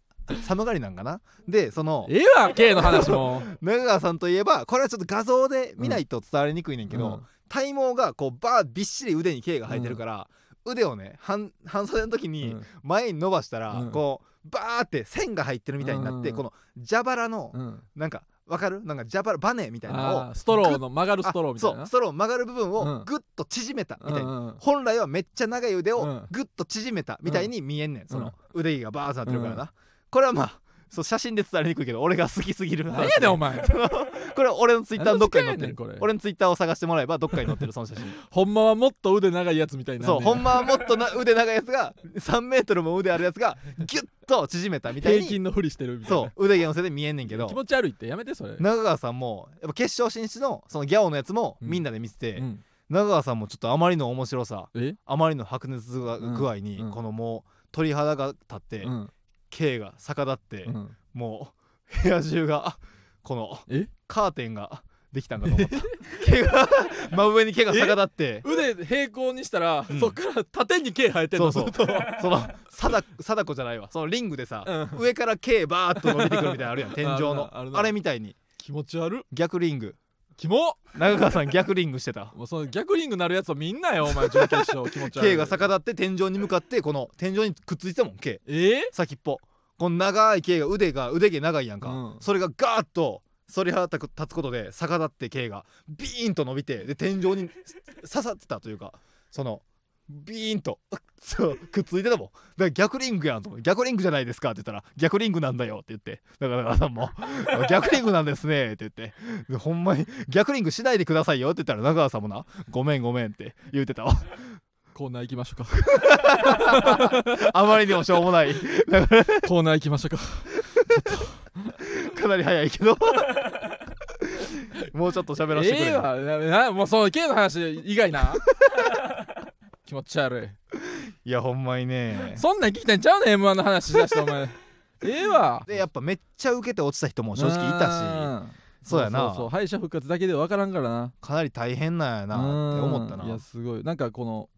Speaker 1: 寒がりなんかなでその
Speaker 2: ええわ毛の話も
Speaker 1: 中川さんといえばこれはちょっと画像で見ないと伝わりにくいねんけど、
Speaker 2: うん
Speaker 1: 体毛がこうバーびっしり腕に毛が生えてるから、腕をね半半袖の時に
Speaker 2: うん
Speaker 1: 前に伸ばしたら、
Speaker 2: うん
Speaker 1: こうバーって線が入ってるみたいになって、
Speaker 2: うん
Speaker 1: この蛇腹の
Speaker 2: うん、
Speaker 1: なんかわかるなんか蛇腹バネみたいなのを
Speaker 2: あーストローの曲がる
Speaker 1: あ
Speaker 2: ストローみたいな
Speaker 1: そうストローを曲がる部分
Speaker 2: う
Speaker 1: を
Speaker 2: ん
Speaker 1: グッと縮めたみたいな、
Speaker 2: うんうん
Speaker 1: 本来はめっちゃ長い腕
Speaker 2: う
Speaker 1: を
Speaker 2: ん
Speaker 1: グッと縮めたみたいに見えんねん、その腕毛がバーッとなってるからな、
Speaker 2: う
Speaker 1: これはまあそう写真で伝わりにくいけど俺が好きすぎる
Speaker 2: 何やねんお前
Speaker 1: これは俺のツイッターのどっかに載って
Speaker 2: 何の時間やねん
Speaker 1: る
Speaker 2: これ
Speaker 1: 俺のツイッターを探してもらえばどっかに載って るその写真
Speaker 2: ほんまはもっと腕長いやつみたいにな
Speaker 1: そうほん
Speaker 2: ま
Speaker 1: まはもっとな腕長いやつが3メートルも腕あるやつがギュッと縮めたみたい
Speaker 2: 平
Speaker 1: に
Speaker 2: 均のふりしてるみたいな
Speaker 1: そう腕毛のせいで見えんねんけど
Speaker 2: 気持ち悪いってやめてそれ、
Speaker 1: 中川さんもやっぱ決勝進出のそのギャオのやつも
Speaker 2: うん
Speaker 1: みんなで見てて、
Speaker 2: うん
Speaker 1: 中川さんもちょっとあまりの面白さ
Speaker 2: え、
Speaker 1: あまりの白熱具
Speaker 2: うん
Speaker 1: 合に、
Speaker 2: うん
Speaker 1: このもう鳥肌が立って、
Speaker 2: うん
Speaker 1: 毛が逆立って、
Speaker 2: うん
Speaker 1: もう部屋中がこの
Speaker 2: え
Speaker 1: カーテンができたんかと思 った毛が真上に毛が逆立って
Speaker 2: 腕平行にしたら、
Speaker 1: うん
Speaker 2: そっから縦に毛生え てん
Speaker 1: そ
Speaker 2: の
Speaker 1: うそう
Speaker 2: ずっと
Speaker 1: その貞貞子じゃないわそのリングでさ、
Speaker 2: うん
Speaker 1: 上から毛バーッと伸びてくるみたいなのあるやん天井の
Speaker 2: あるなあるな
Speaker 1: あれみたいに
Speaker 2: 気持ち悪っ
Speaker 1: 逆リング
Speaker 2: キモ
Speaker 1: 中川さん逆リングしてた
Speaker 2: もうその逆リングなるやつはみんなよお前準決 勝気 持ち悪い
Speaker 1: 毛が逆立って天井に向かってこの天井にくっついてたもん毛
Speaker 2: えー、
Speaker 1: 先っぽこの長い毛が腕が腕毛長いやんか、
Speaker 2: うん
Speaker 1: それがガーッと反り立つことで逆立って毛がビーンと伸びてで天井に刺さってたというかそのビーンとそうくっついてたもんだから逆リングやんと思って逆リングじゃないですかって言ったら逆リングなんだよって言ってだから中さんも 逆リングなんですねって言ってでほんまに逆リングしないでくださいよって言ったら中川さんもなごめんごめんって言うてたわ
Speaker 2: コーナー行きましょうか
Speaker 1: あまりにもしょうもない
Speaker 2: コーナー行きましょう か
Speaker 1: かなり早いけど もうちょっと喋らせてくれ、
Speaker 2: ええわななもうその K の話以外な 気持ち悪い
Speaker 1: いやほんまにね
Speaker 2: そんなん聞きたいんちゃうねん M1 の話しだしてお前ええわ
Speaker 1: でやっぱめっちゃ受けて落ちた人も正直いたし
Speaker 2: たし
Speaker 1: そうやな
Speaker 2: そうそう敗者復活だけでは分からんからな
Speaker 1: かなり大変なんやなって思った
Speaker 2: うんいや
Speaker 1: な
Speaker 2: すごいなんかこの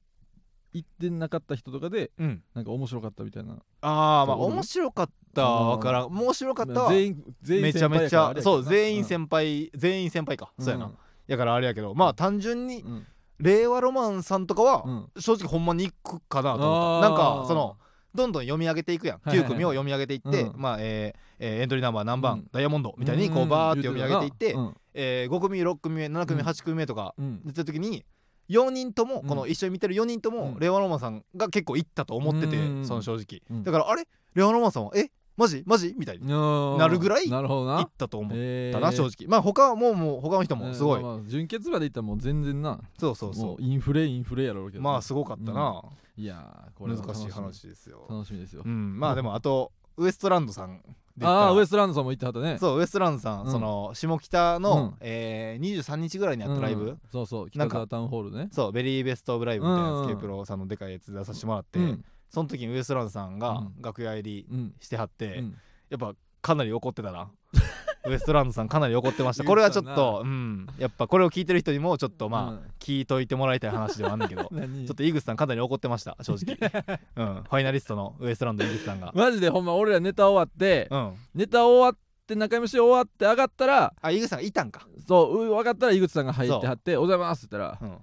Speaker 2: 言ってなかった人とかで
Speaker 1: うん
Speaker 2: なんか面白かったみたいな
Speaker 1: ああまあ
Speaker 2: そう
Speaker 1: 面白かったわからん面白かったわ
Speaker 2: 全員全員
Speaker 1: めちゃめちゃそう全員先輩全員先輩か
Speaker 2: 輩
Speaker 1: そうやなやからあれやけどまあ単純に
Speaker 2: うん
Speaker 1: 令和ロマンさんとか
Speaker 2: う
Speaker 1: は
Speaker 2: ん
Speaker 1: 正直ほんまに行くかなと思
Speaker 2: あ
Speaker 1: っ
Speaker 2: ー
Speaker 1: たなんかそのどんどん読み上げていくやん、
Speaker 2: いはいはい
Speaker 1: 9組を読み上げていって、
Speaker 2: うん
Speaker 1: まあえーえーエントリーナンバー何番、
Speaker 2: うん
Speaker 1: ダイヤモンドみたいにこうバーって読み上げていって、
Speaker 2: うん
Speaker 1: えー5組6組7組
Speaker 2: うん
Speaker 1: 8組目とか
Speaker 2: うん
Speaker 1: 出た時に4人とも
Speaker 2: うん
Speaker 1: この一緒に見てる4人とも
Speaker 2: うん
Speaker 1: 令和ロマンさんが結構いったと思ってて、
Speaker 2: うん
Speaker 1: その正直、
Speaker 2: うん
Speaker 1: だからあれ令和ロマンさんはえマジマジみたいにな
Speaker 2: な
Speaker 1: るぐらい
Speaker 2: なるほど
Speaker 1: いっ
Speaker 2: な
Speaker 1: たと思っ
Speaker 2: え
Speaker 1: たな、正直まあ他はもうもう他の人もすごい、
Speaker 2: えーまあまあ純潔までいったらもう全然な
Speaker 1: そうそう
Speaker 2: も
Speaker 1: そう
Speaker 2: インフレインフレやろうけ
Speaker 1: う
Speaker 2: ど
Speaker 1: まあすごかったな、
Speaker 2: いやーこれは
Speaker 1: 難しい
Speaker 2: 楽み
Speaker 1: 話ですよ
Speaker 2: 楽しみですよ
Speaker 1: うん、まあでもあとウエストランドさんで
Speaker 2: ああーウエ
Speaker 1: ス
Speaker 2: ストランドさんも言ってはったね
Speaker 1: そうウエストランドさん、
Speaker 2: うん
Speaker 1: その下北の、
Speaker 2: うん
Speaker 1: えー、23日ぐらいにあったライブ、
Speaker 2: うんそうそう
Speaker 1: なん
Speaker 2: 北
Speaker 1: か
Speaker 2: 沢タウンホールね
Speaker 1: そうベリーベストオブライブみたいな
Speaker 2: うんう
Speaker 1: ス
Speaker 2: ん
Speaker 1: ケープロさんのでかいやつ出させてもらって、
Speaker 2: うん
Speaker 1: その時にウエストランドさん
Speaker 2: う
Speaker 1: が
Speaker 2: ん
Speaker 1: 楽屋入り
Speaker 2: うん
Speaker 1: してはって、
Speaker 2: うん
Speaker 1: やっぱかなり怒ってた なウエストランドさんかなり怒ってましたこれはちょっ
Speaker 2: 言ってたな
Speaker 1: とうんやっぱこれを聞いてる人にもちょっとまあ、聞いといてもらいたい話ではあんねんけ どちょ
Speaker 2: 何
Speaker 1: っと井口さんかなり怒ってました正 直、うん、ファイナリストのウエストランド井口さんが
Speaker 2: マジでほんま俺らネタ終わって
Speaker 1: うん
Speaker 2: ネタ終わって中飯終わって上がったら
Speaker 1: あ井口さんがいたんか
Speaker 2: そうう分かったら井口さんが入ってはって「おはようございます」って言ったら
Speaker 1: うん
Speaker 2: 「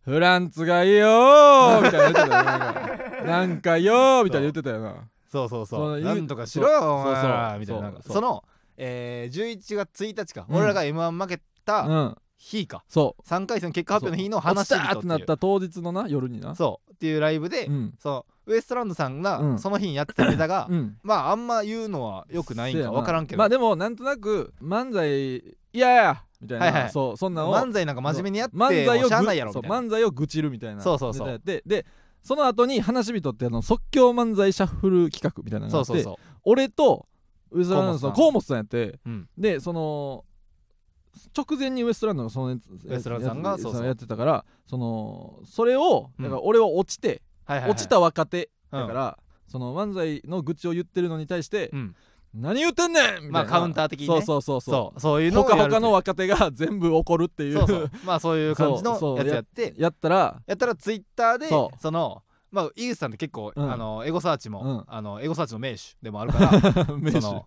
Speaker 2: フランツがいいよー」みたいな言ってたよなんかなんかよーみたいな言ってたよな
Speaker 1: そうそう
Speaker 2: そ
Speaker 1: そうう
Speaker 2: いう
Speaker 1: なんとかしろよお前ら
Speaker 2: そうそう
Speaker 1: みたいななんか
Speaker 2: そう
Speaker 1: その、えー、11月1日か、
Speaker 2: うん
Speaker 1: 俺らが m 1負け
Speaker 2: う
Speaker 1: た
Speaker 2: ん
Speaker 1: 日か
Speaker 2: そう
Speaker 1: 3回戦結果発表の日の
Speaker 2: 落
Speaker 1: 話
Speaker 2: ちたーってなったた当日のな夜にな
Speaker 1: そうっていうライブで、
Speaker 2: うん
Speaker 1: そうウエストランドさんが、
Speaker 2: うん
Speaker 1: その日にやってたネタが、
Speaker 2: うん
Speaker 1: まああんま言うのはよくないん
Speaker 2: せや
Speaker 1: か分からんけど、
Speaker 2: まあでもなんとなく漫才いやいやみたいな、
Speaker 1: はいはい
Speaker 2: そうそんなんを
Speaker 1: 漫才なんか真面目にやっても
Speaker 2: 漫才
Speaker 1: う
Speaker 2: を
Speaker 1: しゃあ
Speaker 2: ぐ
Speaker 1: ないやろみたい
Speaker 2: そう
Speaker 1: な
Speaker 2: 漫才を愚痴るみたいな
Speaker 1: そうそうそう
Speaker 2: ネタやってでその後に話し人ってあの即興漫才シャッフル企画みたいなのが
Speaker 1: そ
Speaker 2: あ
Speaker 1: う
Speaker 2: って
Speaker 1: そうそう
Speaker 2: 俺とウエストランドさん
Speaker 1: 河
Speaker 2: 河本さんやって
Speaker 1: うん
Speaker 2: でその直前にウエストランドがそのやつ
Speaker 1: ウエストランドさんが
Speaker 2: やつ
Speaker 1: そうそう
Speaker 2: やってたからそのそれを
Speaker 1: うん
Speaker 2: だから俺は落ちて、
Speaker 1: はいはいはい
Speaker 2: 落ちた若手
Speaker 1: うん
Speaker 2: だから、その漫才の愚痴を言ってるのに対して、
Speaker 1: うん
Speaker 2: 何言ってんねんみたいな、
Speaker 1: まあカウンター的にね
Speaker 2: そうそうそうそう
Speaker 1: そうそういう
Speaker 2: ほ
Speaker 1: の
Speaker 2: か
Speaker 1: や
Speaker 2: ほ
Speaker 1: る
Speaker 2: かの若手が全部怒るっていう
Speaker 1: そうそうまあそういう感じ
Speaker 2: そ
Speaker 1: の
Speaker 2: う
Speaker 1: や
Speaker 2: そう
Speaker 1: つやって
Speaker 2: やったら
Speaker 1: やったらツイッターでそ
Speaker 2: そう
Speaker 1: のまあ井口さんって結構、
Speaker 2: うん
Speaker 1: あのエゴサーチも、
Speaker 2: うん
Speaker 1: あのエゴサーチの名手でもあるから
Speaker 2: 名
Speaker 1: そ
Speaker 2: 手
Speaker 1: の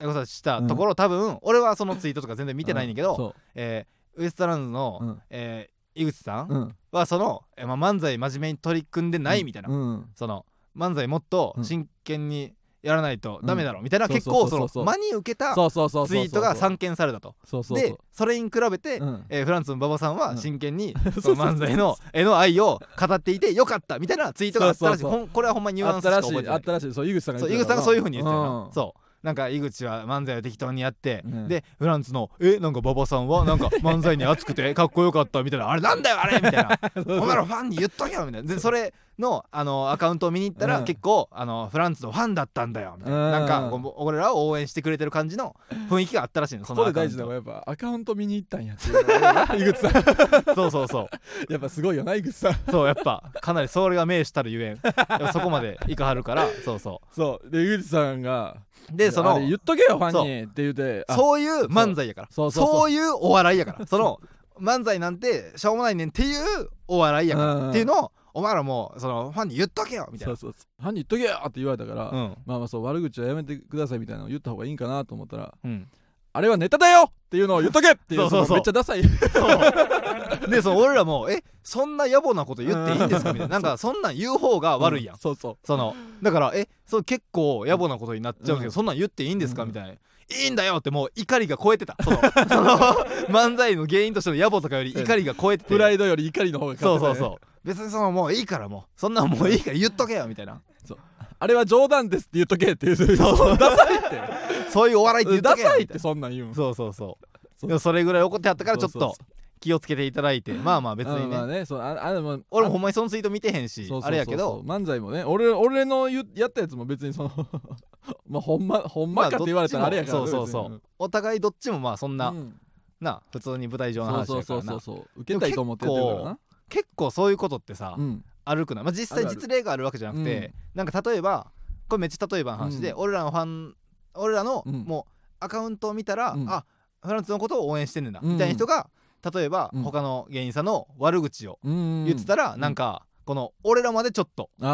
Speaker 1: エゴサーチしたところ、多分俺はそのツイートとか全然見てないんだけど、
Speaker 2: そ
Speaker 1: えーウエストランドの、
Speaker 2: ううん
Speaker 1: えー井口さん
Speaker 2: うん
Speaker 1: はその、えーまあ、漫才真面目に取り組んでないみたいな、
Speaker 2: うん
Speaker 1: その漫才もっと
Speaker 2: うん
Speaker 1: 真剣にやらないとダメだろみたいな
Speaker 2: そう
Speaker 1: 結
Speaker 2: そうそ
Speaker 1: 構
Speaker 2: う
Speaker 1: その
Speaker 2: そう
Speaker 1: 真に受けた
Speaker 2: そうそうそうそうそう
Speaker 1: ツイートが散見されたと
Speaker 2: そうそうそう
Speaker 1: でそれに比べて
Speaker 2: うん
Speaker 1: えーフランツの馬場さん
Speaker 2: う
Speaker 1: は
Speaker 2: ん
Speaker 1: 真剣 に
Speaker 2: そう
Speaker 1: そ
Speaker 2: そう
Speaker 1: の漫才の絵の愛を語っていてよかったみたいなツイートがあったらしい
Speaker 2: そうそうそ
Speaker 1: ほ
Speaker 2: う
Speaker 1: んこれはほんまニュア
Speaker 2: あ
Speaker 1: ン
Speaker 2: っ
Speaker 1: スしたから覚
Speaker 2: し
Speaker 1: えて
Speaker 2: い
Speaker 1: ない
Speaker 2: あったらしいそう井口さんが
Speaker 1: そう井
Speaker 2: 言って
Speaker 1: 口
Speaker 2: た
Speaker 1: さ
Speaker 2: か
Speaker 1: んが
Speaker 2: ら
Speaker 1: そういうふうに言ってたよな、
Speaker 2: うん
Speaker 1: そうなんか井口は漫才を適当にやって、
Speaker 2: うん
Speaker 1: でフランツの「えなんか馬場さんはなんか漫才に熱く てかっこよかった」みたいな「あれなんだよあれ」みたいな「お前らファンに言っとけよ」みたいなでそれのあのアカウントを見に行ったら、
Speaker 2: うん結
Speaker 1: 結構あのフランツのファンだったんだよみ
Speaker 2: た
Speaker 1: た
Speaker 2: い
Speaker 1: い
Speaker 2: な
Speaker 1: な、
Speaker 2: な
Speaker 1: なんん
Speaker 2: か
Speaker 1: か
Speaker 2: こ
Speaker 1: 俺らを応援してくれてる感じの雰囲気があったらしいのそ
Speaker 2: こ
Speaker 1: の
Speaker 2: こ
Speaker 1: アカウ
Speaker 2: で大
Speaker 1: ン
Speaker 2: 事なの
Speaker 1: ト
Speaker 2: がやっぱアカウント見に行ったんやっていうのが井 口さん
Speaker 1: そうそうそう
Speaker 2: やっぱすごいよな井口さん
Speaker 1: そうやっぱかなりそれが名手たるゆえんやっぱそこまでいかはるからそうそ
Speaker 2: そうで井口さんが
Speaker 1: うでそ
Speaker 2: あ
Speaker 1: の
Speaker 2: れ言っとけよファンにって言うてあ
Speaker 1: そういう漫才やから
Speaker 2: そ
Speaker 1: そうう
Speaker 2: そうそうそう
Speaker 1: いうお笑いや からその漫才なんてしょうもないねんっていうお笑いやから、
Speaker 2: うんうん
Speaker 1: っていうのをお前らもうそのファンに言っとけよみたい
Speaker 2: そ
Speaker 1: な
Speaker 2: うそうそうファンに言っとけよって言われたから、
Speaker 1: うん
Speaker 2: まあまあそう悪口はやめてくださいみたいなのを言った方がいいんかなと思ったら
Speaker 1: うん、
Speaker 2: あれはネタだよっていうのを言っとけっていう
Speaker 1: そうそうそう
Speaker 2: のめっちゃダサい
Speaker 1: そうでその俺らもえそんな野暮なこと言っていいんですかみたいななんかそんなん言う方が悪いやん、
Speaker 2: そうそう
Speaker 1: そのだからえそう結構野暮なことになっちゃうけど、
Speaker 2: うん
Speaker 1: そんなん言っていいんですか、
Speaker 2: うん
Speaker 1: みたいないいんだよってもう怒りが超えてたその その漫才の原因としての野暮とかより怒りが超えてて
Speaker 2: プライドより怒りの方が勝
Speaker 1: そ
Speaker 2: っ
Speaker 1: う
Speaker 2: てた
Speaker 1: そう
Speaker 2: ね
Speaker 1: そう別にそのもういいからもうそんなんもういいから言っとけよみたいな
Speaker 2: あれは冗談ですって言っとけっていうそう
Speaker 1: そう
Speaker 2: ダサいっ
Speaker 1: そういうお笑いって言
Speaker 2: て
Speaker 1: っと
Speaker 2: ダ
Speaker 1: けよ
Speaker 2: サい
Speaker 1: み
Speaker 2: ったて
Speaker 1: いな
Speaker 2: そんなん言うん
Speaker 1: そうそうそう
Speaker 2: そう
Speaker 1: でもそれぐらい怒ってはったからちょっ
Speaker 2: そうそう
Speaker 1: と
Speaker 2: そ
Speaker 1: 気をつけていただいてまあまあ別
Speaker 2: う
Speaker 1: に
Speaker 2: んまあ
Speaker 1: ね
Speaker 2: ねそうああでも
Speaker 1: 俺もほんまにそのツイート見てへんし
Speaker 2: そうそうそうそう
Speaker 1: あれやけど
Speaker 2: 漫才もね俺俺の言うやったやつも別にその まあほんまほんまかって言われたらあれやから
Speaker 1: そうそうそうお互いどっちもまあそん
Speaker 2: な
Speaker 1: なな普通に舞台上の話
Speaker 2: そうそう
Speaker 1: やか
Speaker 2: そ
Speaker 1: ら
Speaker 2: うそ
Speaker 1: な
Speaker 2: うそう受けたいと思ってやってるからな
Speaker 1: 結構そういうことってさ
Speaker 2: うん
Speaker 1: あるくないまあ実際
Speaker 2: あるある
Speaker 1: 実例があるわけじゃなくてなんか例えばこれめっちゃ例えばの話で
Speaker 2: うん
Speaker 1: 俺らのファン俺らの
Speaker 2: うん
Speaker 1: もうアカウントを見たら
Speaker 2: うん
Speaker 1: あフランツのことを応援してんねんな
Speaker 2: うん
Speaker 1: みたいな人が例えば
Speaker 2: うん
Speaker 1: 他の芸人さんの悪口を
Speaker 2: うん
Speaker 1: 言ってたら
Speaker 2: うん
Speaker 1: なんかこの俺らまでちょっと
Speaker 2: あ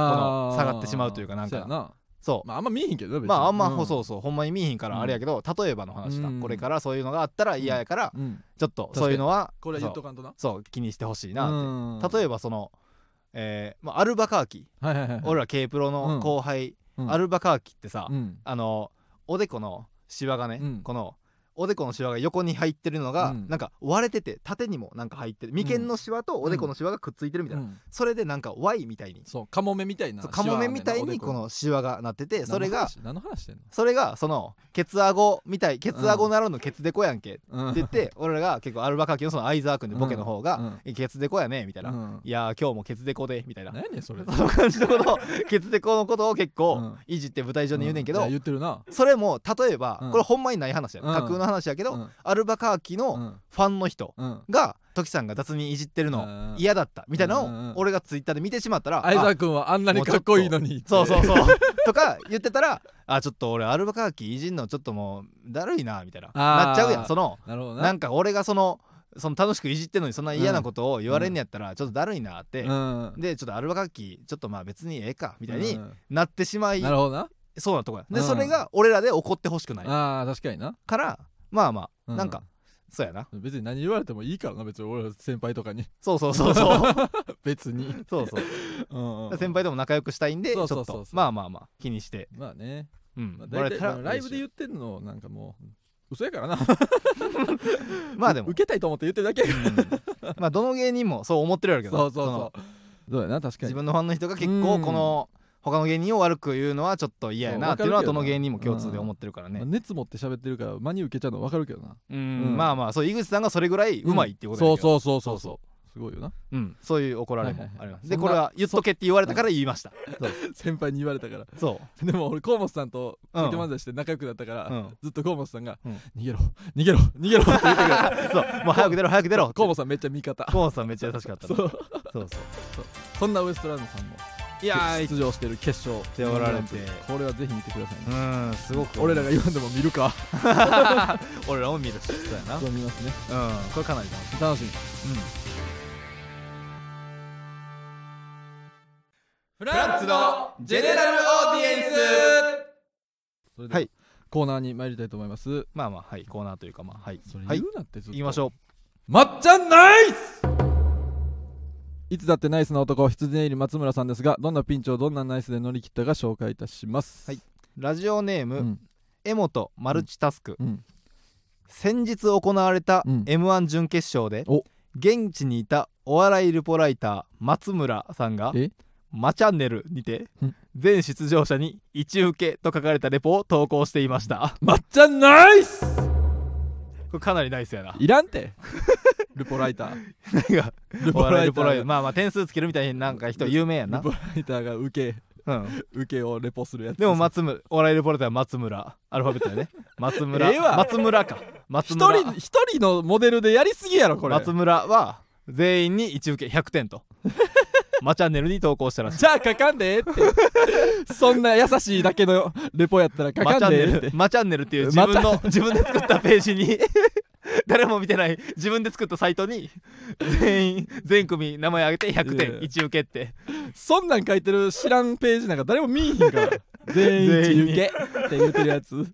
Speaker 2: ー
Speaker 1: この下がってしまうというかなんか
Speaker 2: そうやな
Speaker 1: そう
Speaker 2: まああんま見えへんけどな別に
Speaker 1: まああんま
Speaker 2: う
Speaker 1: そうそうほんまに見えへんからあれやけど例えばの話だ
Speaker 2: うん
Speaker 1: これからそういうのがあったら嫌やから
Speaker 2: うん
Speaker 1: ちょっと
Speaker 2: 確かに
Speaker 1: そういうのは
Speaker 2: これは言っ
Speaker 1: そ
Speaker 2: と
Speaker 1: う
Speaker 2: かんとな
Speaker 1: そう気にしてほしいなって
Speaker 2: え
Speaker 1: 例えばそのえーまあアルバカーキ
Speaker 2: ばはいはいはい
Speaker 1: 俺ら K プロの後輩
Speaker 2: うん
Speaker 1: アルバカーキってさ
Speaker 2: うん
Speaker 1: あのおでこのシワがね、
Speaker 2: うん
Speaker 1: このおでこのシワが横に入ってるのが、
Speaker 2: うん
Speaker 1: なんか割れてて縦にもなんか入ってる眉間のシワとおでこのシワがくっついてるみたいな、
Speaker 2: うん
Speaker 1: それでなんか Y みたいに、
Speaker 2: そうカモメみたいな
Speaker 1: そうカモメみたいに
Speaker 2: シ
Speaker 1: こ
Speaker 2: ワあんねんな
Speaker 1: のシワがなっててそれ
Speaker 2: 何の
Speaker 1: が
Speaker 2: 話何の話してん
Speaker 1: それがそのケツアゴみたいケツアゴならぬケツデコやんけって
Speaker 2: の
Speaker 1: 言って、俺らが結構アルバカーキのその相沢君でボケの方が、
Speaker 2: うん
Speaker 1: えケツデコやねみたいな、
Speaker 2: うん
Speaker 1: いやー今日もケツデコでみたいな
Speaker 2: 何やね んそれ
Speaker 1: その感じのことをケツデコのことを結
Speaker 2: う
Speaker 1: 構
Speaker 2: ん
Speaker 1: いじって舞台上に言うねんけど、
Speaker 2: いや言ってるな
Speaker 1: それも例えば、
Speaker 2: うん
Speaker 1: これほんまにない話や、
Speaker 2: うん
Speaker 1: 架空の話やけど、
Speaker 2: うん
Speaker 1: アルバカーキ
Speaker 2: う
Speaker 1: の
Speaker 2: ん
Speaker 1: ファンの人
Speaker 2: うん
Speaker 1: が時さんが雑にいじってるの
Speaker 2: の
Speaker 1: 嫌だったみたいな
Speaker 2: うんうんう
Speaker 1: の
Speaker 2: ん
Speaker 1: を俺がツイッターで見てしまったら、
Speaker 2: 相
Speaker 1: あ
Speaker 2: 沢君はあんなにかっこいいのに
Speaker 1: そう そううそうとか言ってたらあちょっと俺アルバカーキいじんのちょっともうだるいなみたいな
Speaker 2: あー
Speaker 1: なっちゃうやんその
Speaker 2: なるほどな
Speaker 1: なんか俺がそのその楽しくいじってんのにそんな嫌なことを言われんのやったらちょっとだるいなって、
Speaker 2: うん
Speaker 1: でちょっとアルバカーキちょっとまあ別にええかみたいに
Speaker 2: うん
Speaker 1: なってしまい
Speaker 2: なるほどな
Speaker 1: そうなとこやで、
Speaker 2: うん
Speaker 1: それが俺らで怒ってほしくない
Speaker 2: あー確かにな
Speaker 1: からまあまあ
Speaker 2: う
Speaker 1: なんかそうやな
Speaker 2: 別に何言われてもいいからな別に俺ら先輩とかに
Speaker 1: そうそうそうそう
Speaker 2: 別に
Speaker 1: そうそう
Speaker 2: うん
Speaker 1: 先輩とも仲良くしたいんでち
Speaker 2: そ
Speaker 1: ょ
Speaker 2: う
Speaker 1: っ
Speaker 2: そうそうそう
Speaker 1: とまあまあまあ気にして
Speaker 2: まあね
Speaker 1: うん
Speaker 2: まあ、
Speaker 1: もら
Speaker 2: 大
Speaker 1: え
Speaker 2: 体
Speaker 1: たら
Speaker 2: まあライブで言
Speaker 1: 嬉し
Speaker 2: ってんのなんかもう嘘やからな
Speaker 1: いまあでも
Speaker 2: 受けたいと思って言ってるだけやか
Speaker 1: うんまあどの芸人もそう思ってるやろうけ
Speaker 2: ら
Speaker 1: ど
Speaker 2: そう そう
Speaker 1: そ
Speaker 2: そ
Speaker 1: の
Speaker 2: うどうやな確かに
Speaker 1: 自分のファンの人が結
Speaker 2: う
Speaker 1: 構
Speaker 2: ん
Speaker 1: この他の芸人を悪く言うのはちょっと嫌やなっていうのは
Speaker 2: そう
Speaker 1: ど
Speaker 2: わ
Speaker 1: の
Speaker 2: かるけど
Speaker 1: 芸
Speaker 2: な
Speaker 1: 人も共通で思ってるから
Speaker 2: まあ
Speaker 1: ね
Speaker 2: 熱持って喋ってるから間に受けちゃうの分かるけどな
Speaker 1: うん
Speaker 2: うん
Speaker 1: まあまあそう井口さんがそれぐらいうまいっていうこと
Speaker 2: そ
Speaker 1: や
Speaker 2: う
Speaker 1: けど
Speaker 2: そうそうそうそうすごいよな
Speaker 1: うんそういう怒られ
Speaker 2: は
Speaker 1: も
Speaker 2: いはいはい
Speaker 1: あります
Speaker 2: そ
Speaker 1: で
Speaker 2: んな
Speaker 1: これは言っとけって言われたから言いましたそう
Speaker 2: 先輩に言われたから
Speaker 1: そう
Speaker 2: でも俺河本さんと
Speaker 1: うん
Speaker 2: 酒漫才して仲良くなったから、
Speaker 1: うん
Speaker 2: ずっと河本さんが、
Speaker 1: うん
Speaker 2: 逃げろ逃げろ 逃げろ」って言ってくる
Speaker 1: そうもう早く出ろ早く出ろ
Speaker 2: 河本さんめっちゃ味方
Speaker 1: 河本さんめっちゃ優しかった
Speaker 2: そ
Speaker 1: の
Speaker 2: う
Speaker 1: そうそう
Speaker 2: そんなウエストランドさんも
Speaker 1: いやー
Speaker 2: 出場してる決勝
Speaker 1: ておられて
Speaker 2: これはぜひ見てくださいね、
Speaker 1: うんすごく
Speaker 2: 俺らが言わんでも見るか
Speaker 1: 俺らも見るしそうやな
Speaker 2: そう見ますね
Speaker 1: うんこれかなり楽し
Speaker 2: 楽しみ
Speaker 1: いうん
Speaker 2: フ
Speaker 1: ランツのジェネラルオーディエンス
Speaker 2: それでは、
Speaker 1: はい
Speaker 2: コーナーに参りたいと思います
Speaker 1: まあまあはいコーナーというかまあはい
Speaker 2: それ
Speaker 1: は
Speaker 2: 言
Speaker 1: いう
Speaker 2: なってずっと
Speaker 1: 行きましょ
Speaker 2: まっちゃんナイスいつだってナイスな男羊ネイリ松村さんですがどんなピンチをどんなナイスで乗り切ったか紹介いたします、
Speaker 1: はいラジオネーム、
Speaker 2: うん
Speaker 1: エモとマルチタスク、
Speaker 2: うん
Speaker 1: 先日行われた
Speaker 2: うん
Speaker 1: m 1準決勝で、
Speaker 2: お
Speaker 1: 現地にいたお笑いルポライター松村さんが
Speaker 2: え
Speaker 1: 「マチャンネル」にて
Speaker 2: うん
Speaker 1: 全出場者に「一受け」と書かれたレポを投稿していました
Speaker 2: まっちゃんナイス
Speaker 1: これかなりナイスやな
Speaker 2: いらんてルポライター
Speaker 1: なんか
Speaker 2: ル
Speaker 1: お笑いルポライター
Speaker 2: ル
Speaker 1: まあまあ点数つけるみたいになんか人有名やな
Speaker 2: ポ、ライターが受け
Speaker 1: うん、
Speaker 2: 受けをレポするやつ
Speaker 1: でも松村お笑いルポライターは松村アルファベットやね松村、
Speaker 2: ええわ
Speaker 1: 松村か松
Speaker 2: 一
Speaker 1: 村
Speaker 2: 人一人のモデルでやりすぎやろこれ
Speaker 1: 松村は全員に一受け100点と マチャンネルに投稿したらしい
Speaker 2: じゃあ書かんでええってそんな優しいだけのレポやったら書
Speaker 1: マチ
Speaker 2: か
Speaker 1: ャ
Speaker 2: ん
Speaker 1: ンネ
Speaker 2: でええっ
Speaker 1: ル
Speaker 2: て
Speaker 1: マチャンネルっていう自分の自分で作ったページに 誰も見てない自分で作ったサイトに全員全組名前挙げて100
Speaker 2: いやいや
Speaker 1: 点一受けって
Speaker 2: そんなん書いてる知らんページなんか誰も見えへんから 全員一受けって言ってるやつ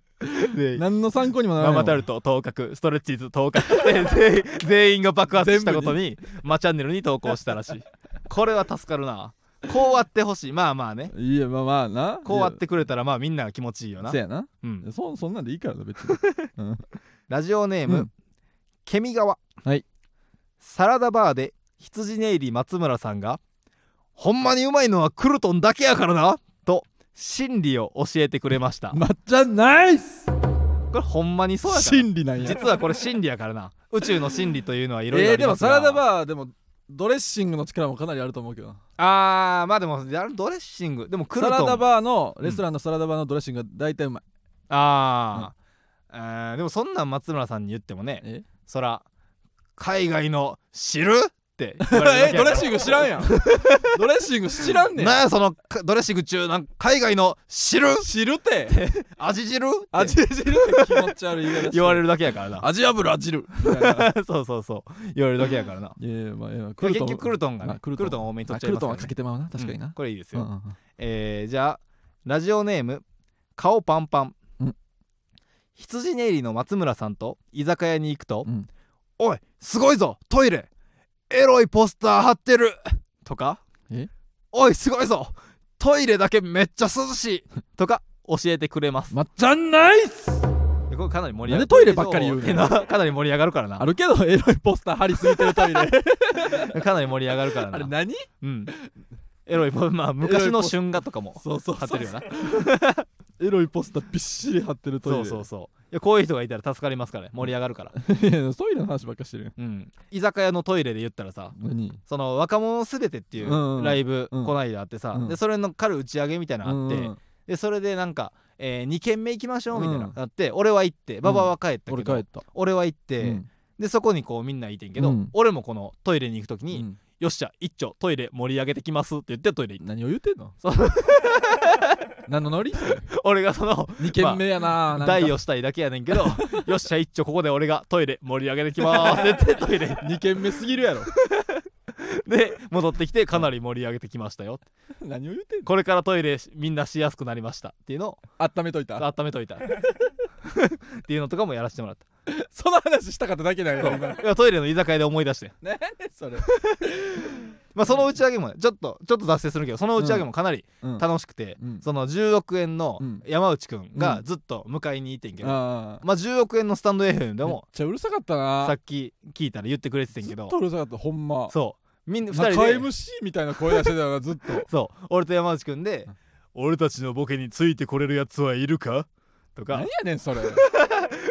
Speaker 1: 全員
Speaker 2: 何の参考にもならな
Speaker 1: マ
Speaker 2: いも
Speaker 1: マ
Speaker 2: ん
Speaker 1: タルト当確ストレッチーズ当確 で全員全員が爆発したことにマチャンネルに投稿したらしい これは助かるなこうあってほしいまあまあね
Speaker 2: いやまあまあな
Speaker 1: こうあってくれたらまあみんなが気持ちいいよな
Speaker 2: せ、やな
Speaker 1: うん、
Speaker 2: そそんなんでいいからな別に、うん
Speaker 1: ラジオネーム、
Speaker 2: うん
Speaker 1: ケミ川
Speaker 2: はい
Speaker 1: サラダバーで羊ネイリ松村さんが「ほんまにうまいのはクルトンだけやからな」と真理を教えてくれましたこ
Speaker 2: まっちゃんナイス
Speaker 1: れほんまにそうやから
Speaker 2: 真理なんや
Speaker 1: 実はこれ真理やからな宇宙の真理というのはいろいろ
Speaker 2: え
Speaker 1: あ
Speaker 2: ー、
Speaker 1: り
Speaker 2: で
Speaker 1: ま
Speaker 2: も
Speaker 1: すが
Speaker 2: サラダバーでもドレッシングの力もかなりあると思うけどな
Speaker 1: あーまあでもあれドレッシングでもクル
Speaker 2: サ
Speaker 1: トン
Speaker 2: ラダ
Speaker 1: ー
Speaker 2: バーのレストランのサラダバーのドレッシングが大体うまい、
Speaker 1: あー、えーでもそんなん松村さんに言ってもね
Speaker 2: え
Speaker 1: そら海外の知るって言われるだけ
Speaker 2: え
Speaker 1: や
Speaker 2: ド
Speaker 1: から
Speaker 2: レッシング知らんやんドレッシング知らんね ん
Speaker 1: なんやそのかドレッシング中なんか海外の汁
Speaker 2: 知るて
Speaker 1: 味汁って
Speaker 2: 味汁って気持ち悪い言い方して
Speaker 1: 言われるだけやからな
Speaker 2: 味油味汁みたいな
Speaker 1: そうそうそう言われるだけやからない
Speaker 2: やいやまあいやまあ
Speaker 1: これ結局クルトンが
Speaker 2: あ
Speaker 1: ね
Speaker 2: ク
Speaker 1: ク
Speaker 2: ル
Speaker 1: ル
Speaker 2: トン
Speaker 1: トン多めに取
Speaker 2: あ
Speaker 1: っちゃい
Speaker 2: クル
Speaker 1: ます
Speaker 2: トン
Speaker 1: ら
Speaker 2: は
Speaker 1: ね
Speaker 2: かけてまうな確かに
Speaker 1: うん
Speaker 2: な、
Speaker 1: これいいです
Speaker 2: うん
Speaker 1: よ、
Speaker 2: うんうん
Speaker 1: えー、じゃあラジオネーム顔パンパン、
Speaker 2: うん
Speaker 1: 羊ネイリの松村さんと居酒屋に行くと「
Speaker 2: うん
Speaker 1: おいすごいぞトイレエロいポスター貼ってる!」とか
Speaker 2: え
Speaker 1: 「おいすごいぞトイレだけめっちゃ涼し い!」とか教えてくれます
Speaker 2: まっちゃんナイス
Speaker 1: でこれかなり盛り上がる
Speaker 2: なんでトイレばっかり言うねん
Speaker 1: のはかなり盛り上がるからな
Speaker 2: あるけどエロいポスター貼りすぎてる トイレ
Speaker 1: かなり盛り上がるから
Speaker 2: あれ
Speaker 1: な
Speaker 2: 何
Speaker 1: うんエロいポまあ昔の春画とかも
Speaker 2: そうそう
Speaker 1: 貼ってるよな
Speaker 2: エロいポスターびっしり貼ってるトイ
Speaker 1: そ
Speaker 2: レ
Speaker 1: うそうそういやこういう人がいたら助かりますからね盛り上がるから
Speaker 2: いやトイレの話ばっかしてるやん
Speaker 1: うん居酒屋のトイレで言ったらさ
Speaker 2: 何
Speaker 1: その若者すべてってい
Speaker 2: うんうん
Speaker 1: うライブ
Speaker 2: うん
Speaker 1: こないだあってさ、
Speaker 2: うん
Speaker 1: でそれの彼打ち上げみたいなのあって、でそれでなんか、え2軒目行きましょうみたいな、
Speaker 2: うん
Speaker 1: あって俺は行って馬場は帰ったけど、
Speaker 2: 俺帰った
Speaker 1: 俺は行って、
Speaker 2: うん
Speaker 1: でそこにこうみんな行ってんけど、
Speaker 2: うん
Speaker 1: 俺もこのトイレに行く時に、
Speaker 2: うん
Speaker 1: よっしゃ一丁トイレ盛り上げてきますって言ってトイレ行っ
Speaker 2: 何を言うてんの
Speaker 1: そう
Speaker 2: 何のノリ
Speaker 1: た俺がその
Speaker 2: ?2 軒目やななんか
Speaker 1: 台をしたいだけやねんけ どよっしゃ一丁ここで俺がトイレ盛り上げてきますって言ってトイ レ行っ
Speaker 2: 2軒目すぎるやろ
Speaker 1: て戻ってきてかなり盛り上げてきましたよ
Speaker 2: 何を言うてんの
Speaker 1: これからトイレみんなしやすくなりましたっていうのを
Speaker 2: 温めといた
Speaker 1: 温めといたっていうのとかもやらせてもらっ
Speaker 2: その話したかっただけだよ今
Speaker 1: たいやトイレの居酒屋で思い出して
Speaker 2: 何それ
Speaker 1: まあその打ち上げもねちょっとちょっと脱線するけどその打ち上げもかなり
Speaker 2: うん
Speaker 1: 楽しくて、
Speaker 2: うん
Speaker 1: その10億円の
Speaker 2: うん
Speaker 1: 山内くん
Speaker 2: う
Speaker 1: が
Speaker 2: ん
Speaker 1: ずっと迎えに行ってんけど、
Speaker 2: ああ
Speaker 1: まあ10億円のスタンド FM で
Speaker 2: めっ
Speaker 1: も
Speaker 2: ちゃうるさかったな
Speaker 1: さっき聞いたら言ってくれててんけど
Speaker 2: ずっとうるさかったほんま
Speaker 1: そうみんな2
Speaker 2: 中
Speaker 1: 人で
Speaker 2: MC みたいな声出してたよなずっと
Speaker 1: そう俺と山内くんで
Speaker 2: うん
Speaker 1: 「俺たちのボケについてこれるやつはいるか?」と
Speaker 2: 何
Speaker 1: か
Speaker 2: やねんそ れ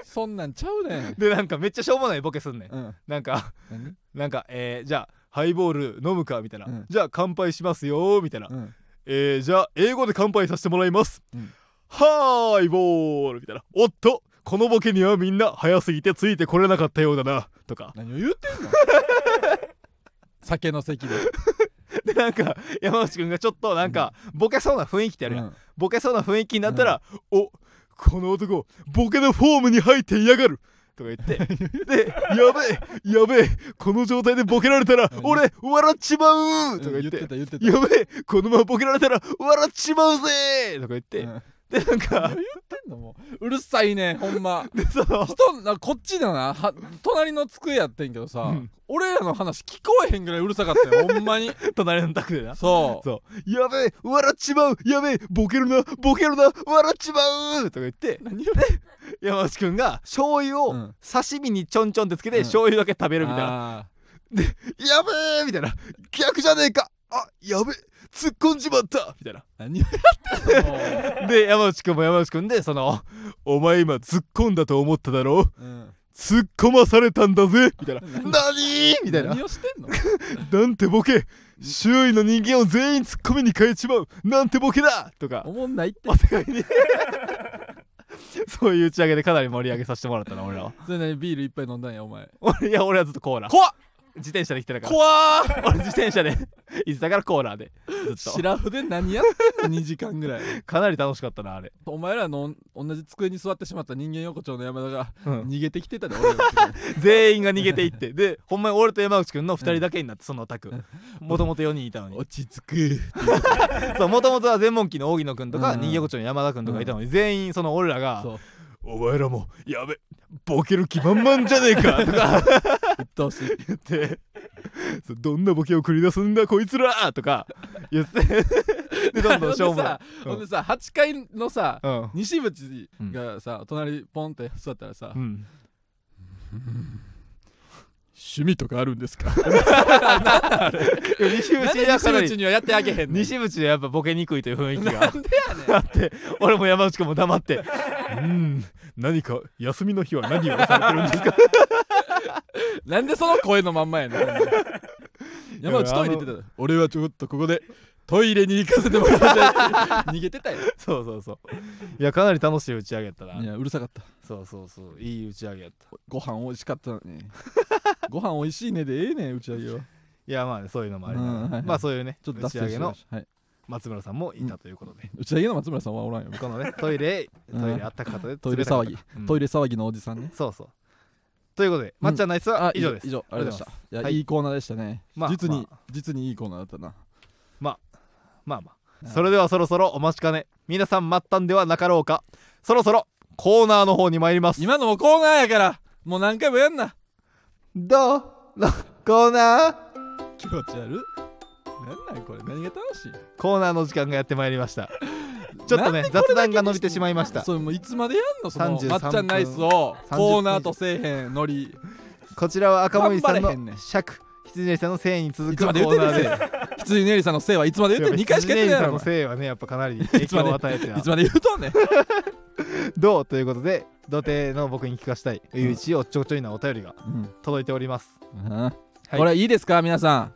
Speaker 2: そんなんちゃうねん
Speaker 1: でなんかめっちゃしょうもないボケすんねん
Speaker 2: うん
Speaker 1: なんか
Speaker 2: 何
Speaker 1: なんかえーじゃあハイボール飲むかみたいな、
Speaker 2: うん
Speaker 1: じゃあ乾杯しますよみたいな、
Speaker 2: うん
Speaker 1: えーじゃあ英語で乾杯させてもらいます、
Speaker 2: うん
Speaker 1: はーいボールみたいなおっとこのボケにはみんな早すぎてついてこれなかったようだなとか
Speaker 2: 何を言うてんの酒の席で
Speaker 1: で なんか山内くんがちょっとなんかボケそうな雰囲気ってあるやん、
Speaker 2: うん
Speaker 1: ボケそうな雰囲気になったら、おこの男ボケのフォームに入っていやがるとか言って でやべえやべえこの状態でボケられたら
Speaker 2: うん
Speaker 1: 俺笑っちまうとか
Speaker 2: う
Speaker 1: 言っ
Speaker 2: ん言って てた言ってた
Speaker 1: やべえこのままボケられたら笑っちまうぜとか言って、
Speaker 2: うん
Speaker 1: でなんか
Speaker 2: 何言ってんのもううるさいねほんま
Speaker 1: でその
Speaker 2: 人なこっちだなは隣の机やってんけどさ、
Speaker 1: うん
Speaker 2: 俺らの話聞こえへんぐらいうるさかったよほんま に
Speaker 1: 隣の宅でな
Speaker 2: そう
Speaker 1: そうやべえ笑っちまうやべえボケるなボケるな笑っちまうとか言って
Speaker 2: 何を
Speaker 1: 山内くんが醤油を
Speaker 2: うん
Speaker 1: 刺身にちょんちょんってつけて
Speaker 2: うん
Speaker 1: 醤油だけ食べるみたいな、
Speaker 2: な
Speaker 1: やべえみたいな逆じゃねえかあやべえ突っ込んじまったみたいな
Speaker 2: 何をやってんのも
Speaker 1: で山内くんも山内くんでその「お前今突っ込んだと思っただろ
Speaker 2: う、うん、
Speaker 1: 突っ込まされたんだぜ」みたいな「何?」みたいな
Speaker 2: 何をしてん
Speaker 1: 「
Speaker 2: の
Speaker 1: なんてボケ周囲の人間を全員突っ込みに変えちまうなんてボケだ!」とか
Speaker 2: おもんないって
Speaker 1: お互いに そういう打ち上げでかなり盛り上げさせてもらったな俺らは
Speaker 2: それなりにビール一杯飲んだんやお前
Speaker 1: 俺いや俺はずっとコーラ
Speaker 2: 怖っ
Speaker 1: 自転車で来てたから
Speaker 2: 怖っ
Speaker 1: 俺 自転車でいつだからコーラでずっと
Speaker 2: 白筆何やってんの2時間ぐらい
Speaker 1: かなり楽しかったなあれ、
Speaker 2: お前らの同じ机に座ってしまった人間横丁の山田が
Speaker 1: うん
Speaker 2: 逃げてきてたで俺らのとこ
Speaker 1: 全員が逃げていってでほんまに俺と山口くんの2人だけになってそのタクもともと4人いたの
Speaker 2: に
Speaker 1: に
Speaker 2: 落ち着く
Speaker 1: そうもともとは全問記の荻野くんとか
Speaker 2: うん
Speaker 1: 人形町の山田くんとかいたのに全員その俺ら
Speaker 2: そ
Speaker 1: が
Speaker 2: う
Speaker 1: 「お前らもやべボケる気満々じゃねえか」とか
Speaker 2: 鬱陶しい
Speaker 1: 言って「そうどんなボケを繰り出すんだこいつら!」とか言ってでどんどん勝負
Speaker 2: ほんでさほんでさ8階のさ
Speaker 1: うん
Speaker 2: 西口がさ隣ポンって座ったらさ
Speaker 1: うん
Speaker 2: 趣味とかあるんですか
Speaker 1: 西
Speaker 2: なん
Speaker 1: 口
Speaker 2: で
Speaker 1: やか
Speaker 2: 西
Speaker 1: ら
Speaker 2: 口にはやってあげへんの
Speaker 1: 西口でやっぱボケにくいという雰囲気が
Speaker 2: なんでやねん
Speaker 1: 俺も山内君も黙って「うん何か休みの日は何をされてるん ですか?
Speaker 2: なんでその声のまんまや ねん山内トイレ行ってたで俺はちょっとここでトイレに行かせてもらいたい 逃げてたよ」
Speaker 1: そうそうそういやかなり楽しい打ち上げやったない
Speaker 2: やうるさかった
Speaker 1: そうそうそういい打ち上げやった
Speaker 2: ご飯美味しかったのに ご飯美味しいねでええねん打ち上げはい
Speaker 1: やまあねそういうのもあり
Speaker 2: うん
Speaker 1: な
Speaker 2: は
Speaker 1: が
Speaker 2: いは
Speaker 1: ら
Speaker 2: い
Speaker 1: まあそういうね
Speaker 2: ちょっと
Speaker 1: 打
Speaker 2: 脱
Speaker 1: ち
Speaker 2: 線
Speaker 1: 上
Speaker 2: し
Speaker 1: げ
Speaker 2: てま
Speaker 1: の
Speaker 2: したはい
Speaker 1: 松村さんもいたということで
Speaker 2: 打ち上げの松村さんはおらんよ
Speaker 1: このねトイレ
Speaker 2: うん
Speaker 1: トイレあったか方で
Speaker 2: トイレ
Speaker 1: 冷たかっ
Speaker 2: 騒ぎ
Speaker 1: たうん
Speaker 2: トイレ騒ぎのおじさんね
Speaker 1: そうそうということでまっちゃんナイスは以上です
Speaker 2: 以上ありがとうございましたいや、
Speaker 1: はい
Speaker 2: い、いコーナーでしたね、
Speaker 1: まあ
Speaker 2: 実に、
Speaker 1: ま
Speaker 2: 実にいいコーナーだったな
Speaker 1: まあま
Speaker 2: う
Speaker 1: あ
Speaker 2: ん
Speaker 1: それではそろそろお待ちかね皆さん待ったんではなかろうかそろそろコーナーの方に参ります
Speaker 2: 今のもコーナーやからもう何回もやんな
Speaker 1: どうのコーナー
Speaker 2: 気持ち悪なんなんこれ何が楽しい
Speaker 1: コーナーの時間がやってまいりましたちょっとね雑談が伸びてしまいました
Speaker 2: それもういつまでやんのその
Speaker 1: 33
Speaker 2: まっちゃんナイスを
Speaker 1: 分
Speaker 2: コーナーとせえへんノリ
Speaker 1: こちらは赤森さん
Speaker 2: 頑張れへんねん
Speaker 1: の尺羊ねりさんのせいに続
Speaker 2: い
Speaker 1: く
Speaker 2: つ
Speaker 1: コ
Speaker 2: まで言う
Speaker 1: ー
Speaker 2: てん
Speaker 1: ナ
Speaker 2: ねん
Speaker 1: ー
Speaker 2: 羊ねりさんのせいはいつまで
Speaker 1: で
Speaker 2: 言うてん2回しか言ってないや
Speaker 1: さん
Speaker 2: ろお
Speaker 1: の
Speaker 2: 前
Speaker 1: せいはねやっぱかなり影響を与えて
Speaker 2: い
Speaker 1: な
Speaker 2: つまで言うとんねん
Speaker 1: どうということで土手の僕に聞かしたいいういちおっちょこちょいなお便りが
Speaker 2: うん
Speaker 1: 届いております
Speaker 2: うん
Speaker 1: い
Speaker 2: これいいですか皆さ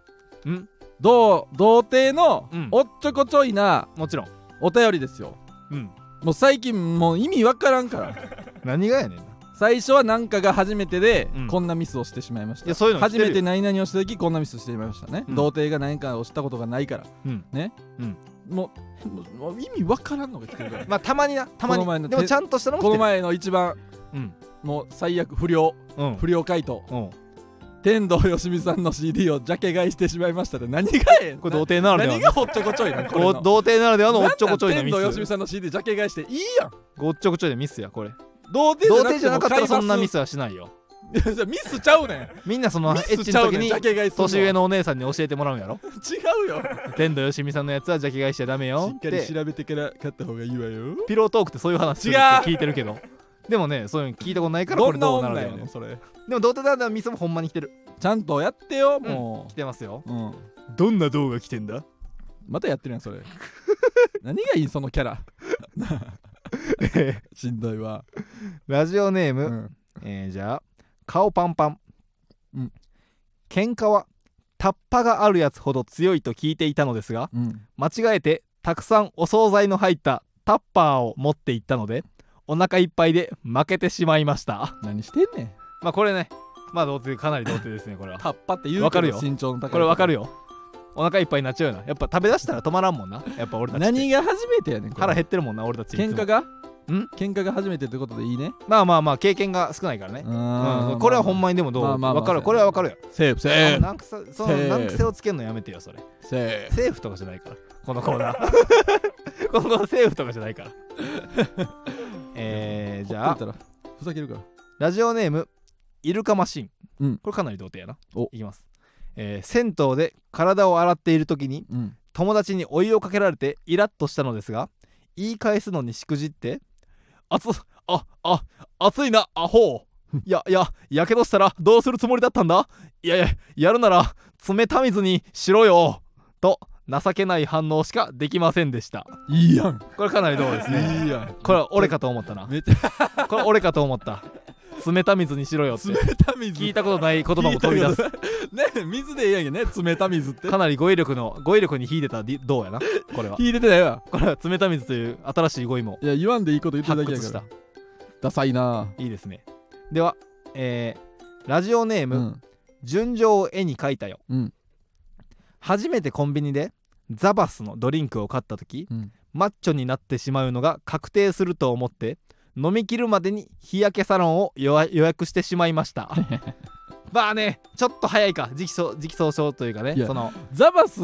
Speaker 2: ん
Speaker 1: ん
Speaker 2: どう童貞の
Speaker 1: うん
Speaker 2: おっちょこちょいな
Speaker 1: もちろん
Speaker 2: お便りですよ
Speaker 1: うん
Speaker 2: もう最近もう意味わから んから
Speaker 1: 何がやねんな
Speaker 2: 最初はなんかが初めてで、
Speaker 1: うん
Speaker 2: こんなミスをしてしまいまし
Speaker 1: い
Speaker 2: た
Speaker 1: やそういうの知
Speaker 2: 初
Speaker 1: る
Speaker 2: めて何々をした時こんなミスをしてしまいましたね、
Speaker 1: うん
Speaker 2: 童貞が何かをしたことがないから
Speaker 1: うん
Speaker 2: ね、
Speaker 1: うん
Speaker 2: もうもうもう意味わからんのが来て るから
Speaker 1: まあたまになたま
Speaker 2: この前の
Speaker 1: にでもちゃんとしたのも
Speaker 2: こ
Speaker 1: 来
Speaker 2: の
Speaker 1: て
Speaker 2: 前の一番
Speaker 1: る
Speaker 2: もう最悪不良
Speaker 1: うんうん
Speaker 2: 不良回答
Speaker 1: うん
Speaker 2: 天童よしみさんの CD をジャケ買いしてしまいましたで何がええん
Speaker 1: これ童貞ならでは
Speaker 2: 何
Speaker 1: の
Speaker 2: がおっちょこちょいなんこれ
Speaker 1: こ
Speaker 2: の
Speaker 1: う童貞ならではのおっちょこちょいの
Speaker 2: なんなん
Speaker 1: ミ
Speaker 2: 天童よしみ
Speaker 1: ス
Speaker 2: さんの CD ジャケ買いしていいやん
Speaker 1: ごっちょこちょいのミスやこれ
Speaker 2: 童貞
Speaker 1: 童貞じゃなかったらそんなミ
Speaker 2: ス
Speaker 1: スはしないよ
Speaker 2: ミスちゃうねん
Speaker 1: みんなそのエ
Speaker 2: ミ
Speaker 1: ッ
Speaker 2: ス
Speaker 1: チ
Speaker 2: ちゃ
Speaker 1: の
Speaker 2: う
Speaker 1: 時
Speaker 2: ねん
Speaker 1: に
Speaker 2: ジャケ買いすん
Speaker 1: 年上
Speaker 2: の
Speaker 1: のお姉さんに教えてもらうんやろ
Speaker 2: 違うよ
Speaker 1: 天童よしみさんのやつはジャケ買いしちゃダメよ
Speaker 2: しっか
Speaker 1: で
Speaker 2: り調べてから買った方がいいわよ
Speaker 1: ピロートークってそういう話するって聞
Speaker 2: 違う
Speaker 1: いてるけどでもねそういうの聞いたことないからこ
Speaker 2: ど
Speaker 1: れ
Speaker 2: んな
Speaker 1: どうなる
Speaker 2: 女
Speaker 1: だ
Speaker 2: や
Speaker 1: よ
Speaker 2: ねんそれ
Speaker 1: でも童貞ならではのミスもほんまに来てる
Speaker 2: ちゃんとやってよも
Speaker 1: 来てますよ
Speaker 2: ううん
Speaker 1: どんな動画来てんだ
Speaker 2: またやってるや んそれ何がいいそのキャラしんどいわ
Speaker 1: ラジオネーム、
Speaker 2: うん
Speaker 1: えーじゃあ顔パンパン、
Speaker 2: うん
Speaker 1: 喧嘩はタッパがあるやつほど強いと聞いていたのですが
Speaker 2: うん
Speaker 1: 間違えてたくさんお惣菜の入ったタッパーを持っていったのでお腹いっぱいで負けてしまいました
Speaker 2: 何してんねん
Speaker 1: まあこれねまあ童貞かなり童貞ですねこれは
Speaker 2: タッパって言うけど
Speaker 1: わかるよ
Speaker 2: 身長の高い
Speaker 1: これわかる
Speaker 2: よ
Speaker 1: よお腹いっぱいになっちゃうよなやっぱ食べだしたら止まらんもんなやっぱ俺たちって
Speaker 2: 何が初めてやねんこれ
Speaker 1: 腹減ってるもんな俺たちいつも
Speaker 2: 喧嘩が
Speaker 1: ん
Speaker 2: 喧嘩が初めてってことでいいね
Speaker 1: まあまあまあ経験が少ないからね
Speaker 2: う
Speaker 1: うん、これはほん
Speaker 2: ま
Speaker 1: まにでもどう
Speaker 2: まあまあまあ
Speaker 1: わかる
Speaker 2: そうやね
Speaker 1: これはわかるよ
Speaker 2: セーフセ
Speaker 1: あ
Speaker 2: ーフ
Speaker 1: なんかさその
Speaker 2: セーフ
Speaker 1: なんか癖をつけるのやめてよそれ
Speaker 2: セー フ
Speaker 1: セーフとかじゃないからこのコーナーこのコーナーセーフとかじゃないからえー、じ
Speaker 2: ほ
Speaker 1: ゃ
Speaker 2: っと
Speaker 1: あ
Speaker 2: いたらふざけるから
Speaker 1: ラジオネームイルカマシン、
Speaker 2: うん
Speaker 1: これかなり童貞やな
Speaker 2: お
Speaker 1: いきます、えー銭湯で体を洗っている時に
Speaker 2: うん
Speaker 1: 友達にお湯をかけられてイラッとしたのですが言い返すのにしくじって「熱っああ熱いなア ホ」いやいややけどしたらどうするつもりだったんだいやいややるなら冷た水にしろよと情けない反応しかできませんでした
Speaker 2: いいやん
Speaker 1: これかなりどうですね
Speaker 2: いいやん
Speaker 1: これは俺かと思ったな
Speaker 2: めっちゃ
Speaker 1: これ俺かと思った冷た水にしろよって
Speaker 2: 冷た水
Speaker 1: 聞いたことない言葉も飛び出す
Speaker 2: ね水でええやんけね冷た水って
Speaker 1: かなり語彙力の語彙力に秀でたどうやなこ れは
Speaker 2: 引いててないわ
Speaker 1: これは冷た水という新しい語彙も
Speaker 2: いや言わんでいいこと言ってる
Speaker 1: 発
Speaker 2: だけ
Speaker 1: 掘
Speaker 2: や
Speaker 1: し
Speaker 2: か
Speaker 1: た
Speaker 2: らダサいない
Speaker 1: いですねでは、えーラジオネー
Speaker 2: う
Speaker 1: ム、
Speaker 2: ん
Speaker 1: 純情を絵に描いたよ
Speaker 2: うん
Speaker 1: 初めてコンビニでザバスのドリンクを買った時
Speaker 2: うん
Speaker 1: マッチョになってしまうのが確定すると思って飲み切るまでに日焼けサロンを予約予約してしまいました まあねちょっと早いか時期そ時期尚早というかね
Speaker 2: いや
Speaker 1: その
Speaker 2: ザバス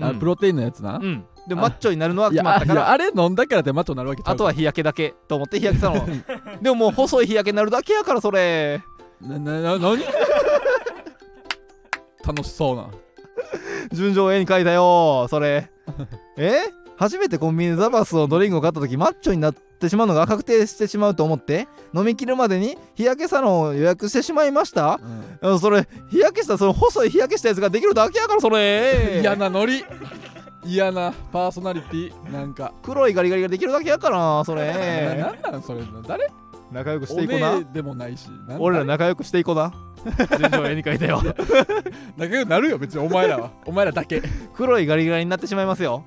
Speaker 2: あ
Speaker 1: うん
Speaker 2: プロテインのやつな
Speaker 1: うんでもマ
Speaker 2: あ
Speaker 1: ッチョになるのはい決
Speaker 2: や
Speaker 1: まった
Speaker 2: あい
Speaker 1: から
Speaker 2: やあれ飲んだからってマットになるわけちゃ
Speaker 1: あ
Speaker 2: う
Speaker 1: とは日焼けだけと思って日焼けサロンでももう細い日焼けになるだけやからそれ
Speaker 2: ななな何楽しそうな
Speaker 1: 純情を絵に描いたよそれえ初めてコンビニでザバスのドリンクを買った時マッチョになってしまうのが確定してしまうと思って飲み切るまでに日焼けサロンを予約してしまいました
Speaker 2: うん
Speaker 1: うんそれ日焼けしたその細い日焼けしたやつができるだけやからそれ
Speaker 2: 嫌なノリ嫌なパーソナリティなんか
Speaker 1: 黒いガリガリができるだけやからそ
Speaker 2: な
Speaker 1: れ
Speaker 2: なんなんそれ誰
Speaker 1: 仲良くし
Speaker 2: お
Speaker 1: ていこう
Speaker 2: ね
Speaker 1: な
Speaker 2: えでもないしなん
Speaker 1: 俺ら仲良くしていこうな順調絵に描いたよ
Speaker 2: 仲良くなるよ別にお前らはお前らだけ
Speaker 1: 黒いガリガリになってしまいますよ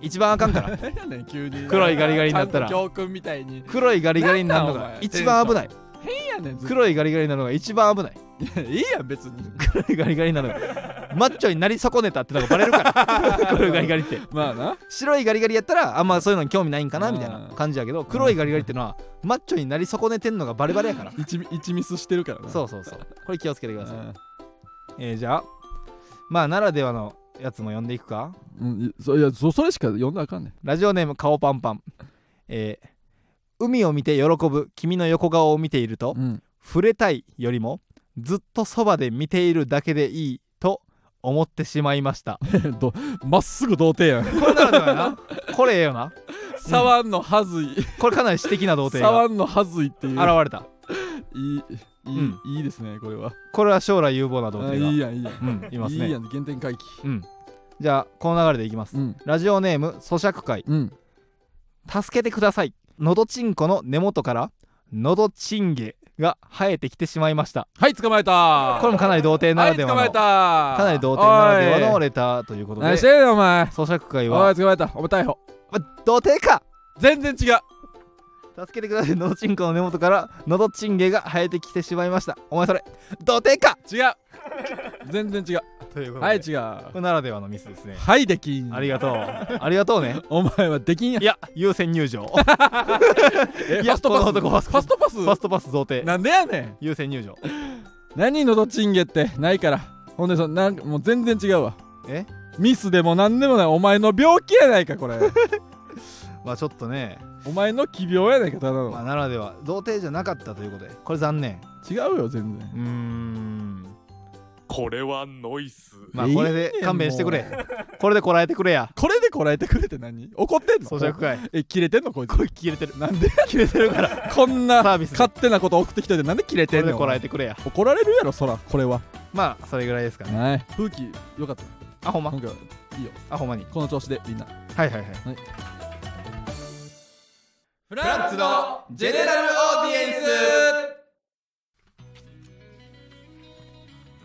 Speaker 1: 一番あかんから
Speaker 2: 何やねん急に
Speaker 1: 黒いガリガリになったら
Speaker 2: ちゃんと教訓みたいに
Speaker 1: 黒いガリガリになるの
Speaker 2: なんなんお
Speaker 1: が
Speaker 2: 前
Speaker 1: 一番危ない
Speaker 2: 何やねんずっと
Speaker 1: 黒いガリガリになるのが一番危ない
Speaker 2: いいやん別に
Speaker 1: 黒いガリガリになるのがマッチョになり損ねたってのがバレるから 黒いガリガリって
Speaker 2: まあな
Speaker 1: 白いガリガリやったらあんまそういうのに興味ないんかなみたいな
Speaker 2: うん
Speaker 1: 感じやけど黒いガリガリってのはマッチョになり損ねてんのがバレバレやから
Speaker 2: 一ミ一ミスしてるからな
Speaker 1: そううそうそうこれ気をつけてください、
Speaker 2: ん
Speaker 1: えーじゃあまあならではのやつも読んでいくか
Speaker 2: うんそいやそそれしか読んだらあかんねん
Speaker 1: ラジオネーム顔パンパンえー海を見て喜ぶ君の横顔を見ていると、
Speaker 2: うん
Speaker 1: 触れたいよりもずっとそばで見ているだけでいいと思ってしまいました
Speaker 2: どまっすぐ童貞やん
Speaker 1: これならではや なこれええよな
Speaker 2: 触んのはずい
Speaker 1: これかなり私的な童貞が
Speaker 2: 触んのはずいっていう
Speaker 1: 現れた
Speaker 2: いいいい,、
Speaker 1: うん
Speaker 2: いいですねこれは
Speaker 1: これは将来有望な童
Speaker 2: あ
Speaker 1: 貞が
Speaker 2: いいやんいいやん
Speaker 1: うんいます
Speaker 2: いいや
Speaker 1: ね
Speaker 2: ん原点回帰
Speaker 1: うんじゃあこの流れでいきます、
Speaker 2: うん
Speaker 1: ラジオネーム咀嚼会
Speaker 2: うん
Speaker 1: 助けてくださいのどちんこの根元からのどちんげが生えてきてしまいました
Speaker 2: はい捕まえた
Speaker 1: これもかなり童貞な
Speaker 2: は
Speaker 1: ら
Speaker 2: い
Speaker 1: で
Speaker 2: 捕
Speaker 1: はの、
Speaker 2: まえた
Speaker 1: かなり童貞ならではの
Speaker 2: おい
Speaker 1: レターということで
Speaker 2: 何してんねんお前
Speaker 1: 咀嚼会
Speaker 2: お
Speaker 1: はい
Speaker 2: 捕まえたお前逮捕
Speaker 1: ま童貞か
Speaker 2: 全然違う
Speaker 1: 助けてくださいのどちんこの根元からのどちんげが生えてきてしまいましたお前それ童貞か
Speaker 2: 違う全然違う
Speaker 1: ということで、
Speaker 2: はい違う
Speaker 1: これならではのミスですね
Speaker 2: はいできん
Speaker 1: ありがとうありがとうね
Speaker 2: お前はできんや
Speaker 1: いや優先入 場
Speaker 2: え
Speaker 1: いや
Speaker 2: ファ
Speaker 1: この
Speaker 2: スト
Speaker 1: 男
Speaker 2: パ
Speaker 1: は
Speaker 2: スファストパス
Speaker 1: ファストパス童貞
Speaker 2: なんでやねん
Speaker 1: 優先入場
Speaker 2: 何のどチンゲってないからほんでそなんかもう全然違うわ
Speaker 1: え
Speaker 2: ミスでも何でもないお前の病気やない かこれ
Speaker 1: まあちょっとね、
Speaker 2: お前の奇病やないかただの、
Speaker 1: まあ、ならでは童貞じゃなかったということでこれ残念
Speaker 2: 違うよ全然
Speaker 1: うーん
Speaker 3: これはノイス
Speaker 1: まあ
Speaker 2: いい
Speaker 1: こ
Speaker 2: ね
Speaker 1: れで勘弁してくれこれでこらえてくれや
Speaker 2: これでこらえてくれて何怒ってんの
Speaker 1: 咀嚼会
Speaker 2: え切れてんのこいつ
Speaker 1: これ切れてる
Speaker 2: なんで
Speaker 1: 切れてるからこ
Speaker 2: こんな
Speaker 1: サービスで
Speaker 2: 勝手なこと送ってきといてなんで切れて
Speaker 1: れ
Speaker 2: ん
Speaker 1: で
Speaker 2: の
Speaker 1: こらえてくれや
Speaker 2: 怒られるやろそらこれは
Speaker 1: まあそれぐらいですかね
Speaker 2: はい風紀よかった
Speaker 1: あほんま
Speaker 2: 今回は
Speaker 1: あほんまに
Speaker 2: この調子でみんな
Speaker 1: はいはいはい
Speaker 2: フランツのジェネラルオーディエンス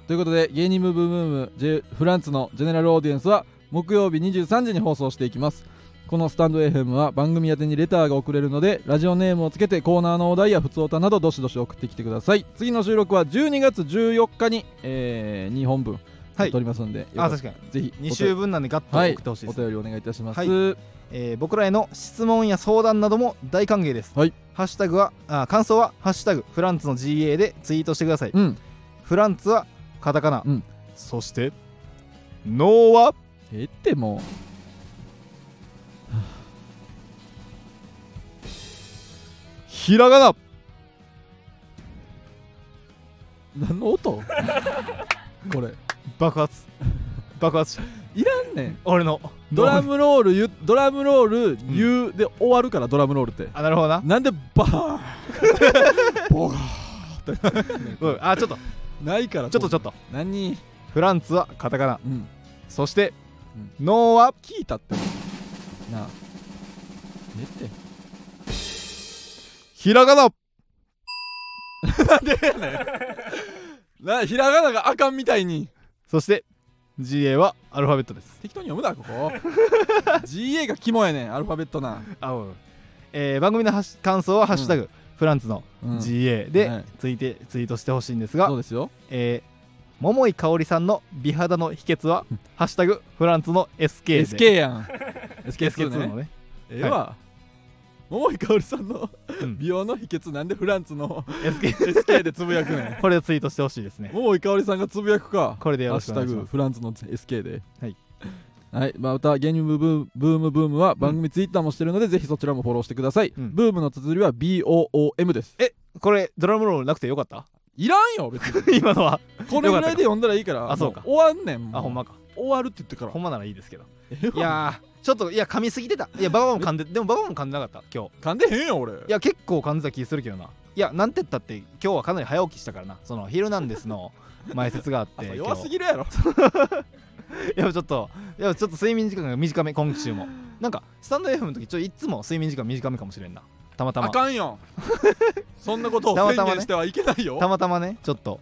Speaker 2: ということで芸人ムーブムームジェフランツのジェネラルオーディエンスは木曜日23時に放送していきますこのスタンド FM は番組宛てにレターが送れるのでラジオネームをつけてコーナーのお題や普通歌などどしどし送ってきてください次の収録は12月14日に、え2本分
Speaker 1: はい
Speaker 2: 撮りますので、
Speaker 1: あ確かに
Speaker 2: ぜひ
Speaker 1: 2週分なんでガッと
Speaker 2: はい
Speaker 1: 送ってほしい
Speaker 2: お
Speaker 1: です、
Speaker 2: 便りお願いいたします、
Speaker 1: はいえー僕らへの質問や相談なども大歓迎です、
Speaker 2: はい
Speaker 1: ハッシュタグはあ感想は「ハッシュタグフランツの GA」でツイートしてください
Speaker 2: うん
Speaker 1: フランツはカタカナ、
Speaker 2: うん
Speaker 1: そしてノーは
Speaker 2: ええってもうはあひらがな何の音これ
Speaker 1: 爆 発爆発し
Speaker 2: いらんねん
Speaker 1: 俺の
Speaker 2: ドラムロールゆドラムロール言うで終わるからドラムロールって
Speaker 1: あなるほどな、
Speaker 2: なんでバーンボガ
Speaker 1: うん、あちょっと
Speaker 2: ーないから
Speaker 1: ちょっとちょっと
Speaker 2: 何
Speaker 1: フランツはカタカナ
Speaker 2: うん
Speaker 1: そして、
Speaker 2: う
Speaker 1: ノーは
Speaker 2: 聞いたってなあえって
Speaker 1: ひらがな
Speaker 2: なひらがながあかんみたいに
Speaker 1: そして GA はアルファベットです
Speaker 2: 適当に読むなこ こ GA が肝やねんアルファベットな、
Speaker 1: あうん、えー番組のハッシュ感想は「ハッシュタグ、フランツの
Speaker 2: うん
Speaker 1: GA」で
Speaker 2: ね
Speaker 1: ついて、ツイートしてほしいんです
Speaker 2: そ
Speaker 1: が
Speaker 2: う、ですよ
Speaker 1: えー桃井かおりさんの美肌の秘訣は「ハッシュタグフランツの SK」
Speaker 2: SK やん
Speaker 1: SK2
Speaker 2: SK2
Speaker 1: の
Speaker 2: ね
Speaker 1: ね
Speaker 2: ええわ桃井かおりさんの
Speaker 1: うん
Speaker 2: 美容の秘訣なんでフランツ の
Speaker 1: SK
Speaker 2: SK でつぶやくねん
Speaker 1: これでツイートしてほしいですね
Speaker 2: 桃井かおりさんがつぶやくか
Speaker 1: これでよ
Speaker 2: ハッ
Speaker 1: ろし
Speaker 2: シ
Speaker 1: くお
Speaker 2: ュ
Speaker 1: 願い
Speaker 2: タ
Speaker 1: し
Speaker 2: グ
Speaker 1: ます
Speaker 2: フランツの SK では
Speaker 1: はい、
Speaker 2: はいまあ、またゲームブームブームブームは番組ツイッターもしてるので、ぜひそちらもフォローしてください、
Speaker 1: うん
Speaker 2: ブームの綴りは BOOM です
Speaker 1: これドラムロールなくてよかった
Speaker 2: いらんよ別に
Speaker 1: 今のは
Speaker 2: これぐらいで読んだらいいから
Speaker 1: あそうか
Speaker 2: も終わんねんもう
Speaker 1: あほんまか
Speaker 2: 終わるって言ってから
Speaker 1: ほんまならいいですけど
Speaker 2: え
Speaker 1: いやーちょっといや噛みすぎてたいやババも噛んででもババも噛んでなかった今日
Speaker 2: 噛んでへんよ俺
Speaker 1: いや結構感じた気するけどないやなんてったって今日はかなり早起きしたからなその「ヒルナンデス」の前説 があって
Speaker 2: 朝弱すぎるやろ
Speaker 1: 今日いやちょっといやちょっと睡眠時間が短め今週もなんかスタンド FM の時ちょいつも睡眠時間短めかもしれんなたまた
Speaker 2: あ
Speaker 1: ま
Speaker 2: か んよそんなことを
Speaker 1: たま
Speaker 2: 宣
Speaker 1: たまね
Speaker 2: 言してはいけないよ
Speaker 1: たまたまねちょっと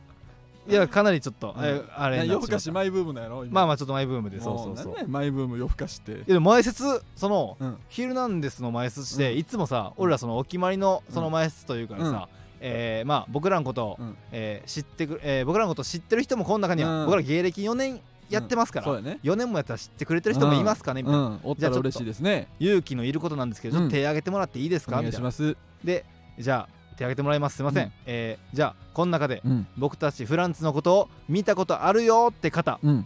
Speaker 1: いやかなりちょっと、
Speaker 2: うん
Speaker 1: えあれ
Speaker 2: ね
Speaker 1: になっ
Speaker 2: 夜
Speaker 1: て
Speaker 2: 更
Speaker 1: しま
Speaker 2: か
Speaker 1: っ
Speaker 2: したマイブームなんやろ今
Speaker 1: まあまあちょっとマイブームでそう
Speaker 2: も
Speaker 1: そうそう
Speaker 2: なんなんやマイブーム夜更かしって
Speaker 1: いやでも前説その、
Speaker 2: うん
Speaker 1: ヒルナンデスの前説して、
Speaker 2: うん
Speaker 1: いつもさ俺らそのお決まりの
Speaker 2: うん
Speaker 1: その前説というからさ、
Speaker 2: うん
Speaker 1: えーまあ僕らのことを、
Speaker 2: うん
Speaker 1: えー知ってく、えー僕らのこと知ってる人もこの中には、
Speaker 2: うん
Speaker 1: 僕ら芸歴4年やってますから、
Speaker 2: そうやね
Speaker 1: 4年もやったら知ってくれてる人もいますかね、み
Speaker 2: う
Speaker 1: たいなん
Speaker 2: おったら嬉しいですね
Speaker 1: 勇気のいることなんですけどちょっと手挙げてもらっていいです
Speaker 2: お
Speaker 1: か、
Speaker 2: 願い
Speaker 1: みた
Speaker 2: し
Speaker 1: いな
Speaker 2: ます
Speaker 1: でじゃあ手挙げてもらいますすいません、
Speaker 2: うん
Speaker 1: えーじゃあこの中で
Speaker 2: うん
Speaker 1: 僕たちフランツのことを見たことあるよって方
Speaker 2: うん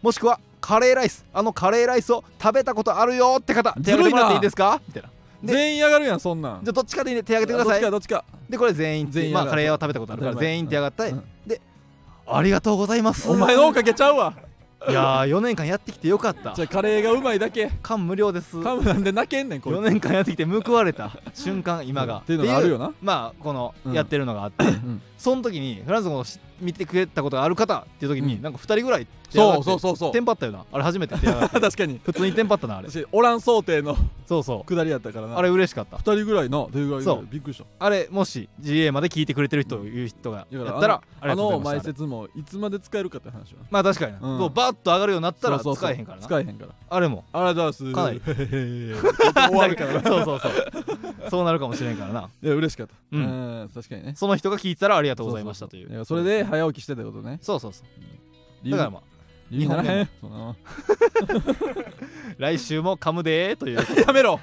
Speaker 1: もしくはカレーライスあのカレーライスを食べたことあるよって方手挙げてもらっていいですかみたいなで
Speaker 2: 全員上がるやんそんなん
Speaker 1: じゃあどっちかでいいんで手挙げてください
Speaker 2: どっちかどっちか
Speaker 1: でこれ全員
Speaker 2: 全員
Speaker 1: ま
Speaker 2: 上
Speaker 1: あ
Speaker 2: が
Speaker 1: カレーは食べたことあるから
Speaker 2: 当たり前
Speaker 1: 全員手上がった、
Speaker 2: うん
Speaker 1: ありがとうございます
Speaker 2: お前のおかけちゃうわ
Speaker 1: いやー4年間やってきてよかった
Speaker 2: じゃあカレーがうまいだけ
Speaker 1: 感無量です
Speaker 2: カ
Speaker 1: 4
Speaker 2: ムなんで泣けんねんこれ
Speaker 1: 年間やってきて報われた瞬間今が
Speaker 2: っていうのがあるよ
Speaker 1: って
Speaker 2: な
Speaker 1: いうまあこの
Speaker 2: うん
Speaker 1: やってるのがあって、その時にフランスのことし見てくれたことがある方っていう時に、
Speaker 2: うん
Speaker 1: なんか2人ぐらい手上がって
Speaker 2: そうそうそうそう
Speaker 1: テンパったよなあれ初めて手上 がって
Speaker 2: 確かに
Speaker 1: 普通にテンパったな あれ
Speaker 2: 私オラン想定の
Speaker 1: そうそ
Speaker 2: 下りやったから
Speaker 1: う
Speaker 2: な
Speaker 1: あれ嬉しかった
Speaker 2: 二人ぐらいなどれぐらい
Speaker 1: そう
Speaker 2: びっくりした
Speaker 1: あれもし GA まで聞いてくれてる人いう人がや
Speaker 2: だから
Speaker 1: ったらあ
Speaker 2: あ
Speaker 1: りが
Speaker 2: の
Speaker 1: とう
Speaker 2: あの
Speaker 1: ござい
Speaker 2: 前
Speaker 1: ました
Speaker 2: 説もいつまで使えるかって話は
Speaker 1: まあ確かにな、
Speaker 2: うん
Speaker 1: もうバッと上がるようになったら
Speaker 2: そうそう
Speaker 1: 使
Speaker 2: そう
Speaker 1: えへんからな
Speaker 2: 使えへんから
Speaker 1: あれも
Speaker 2: ありがとうございますへへへ終わるから な
Speaker 1: そうそうそうそうなるかもしれんからない
Speaker 2: や嬉しかった
Speaker 1: うん
Speaker 2: ん確かにね
Speaker 1: その人が聞いてたらありがとうございましたとい
Speaker 2: そうそそそれで早起きしてたことね
Speaker 1: そうそうそ
Speaker 2: 理
Speaker 1: う
Speaker 2: 由
Speaker 1: だからまあ
Speaker 2: 理由にならへん
Speaker 1: 日
Speaker 2: その
Speaker 1: 来週も噛むでーという
Speaker 2: やめろ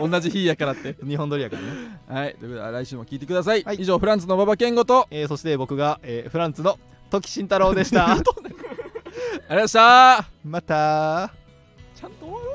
Speaker 2: 同じ日やからって
Speaker 1: 日本撮りやからね、
Speaker 2: はいということで来週も聞いてください
Speaker 1: はい
Speaker 2: 以上フランスの馬場健吾と
Speaker 1: えーそして僕が、えーフランツの時 慎太郎でした
Speaker 2: ありがとうございました
Speaker 1: またー
Speaker 2: ちゃんと終わろう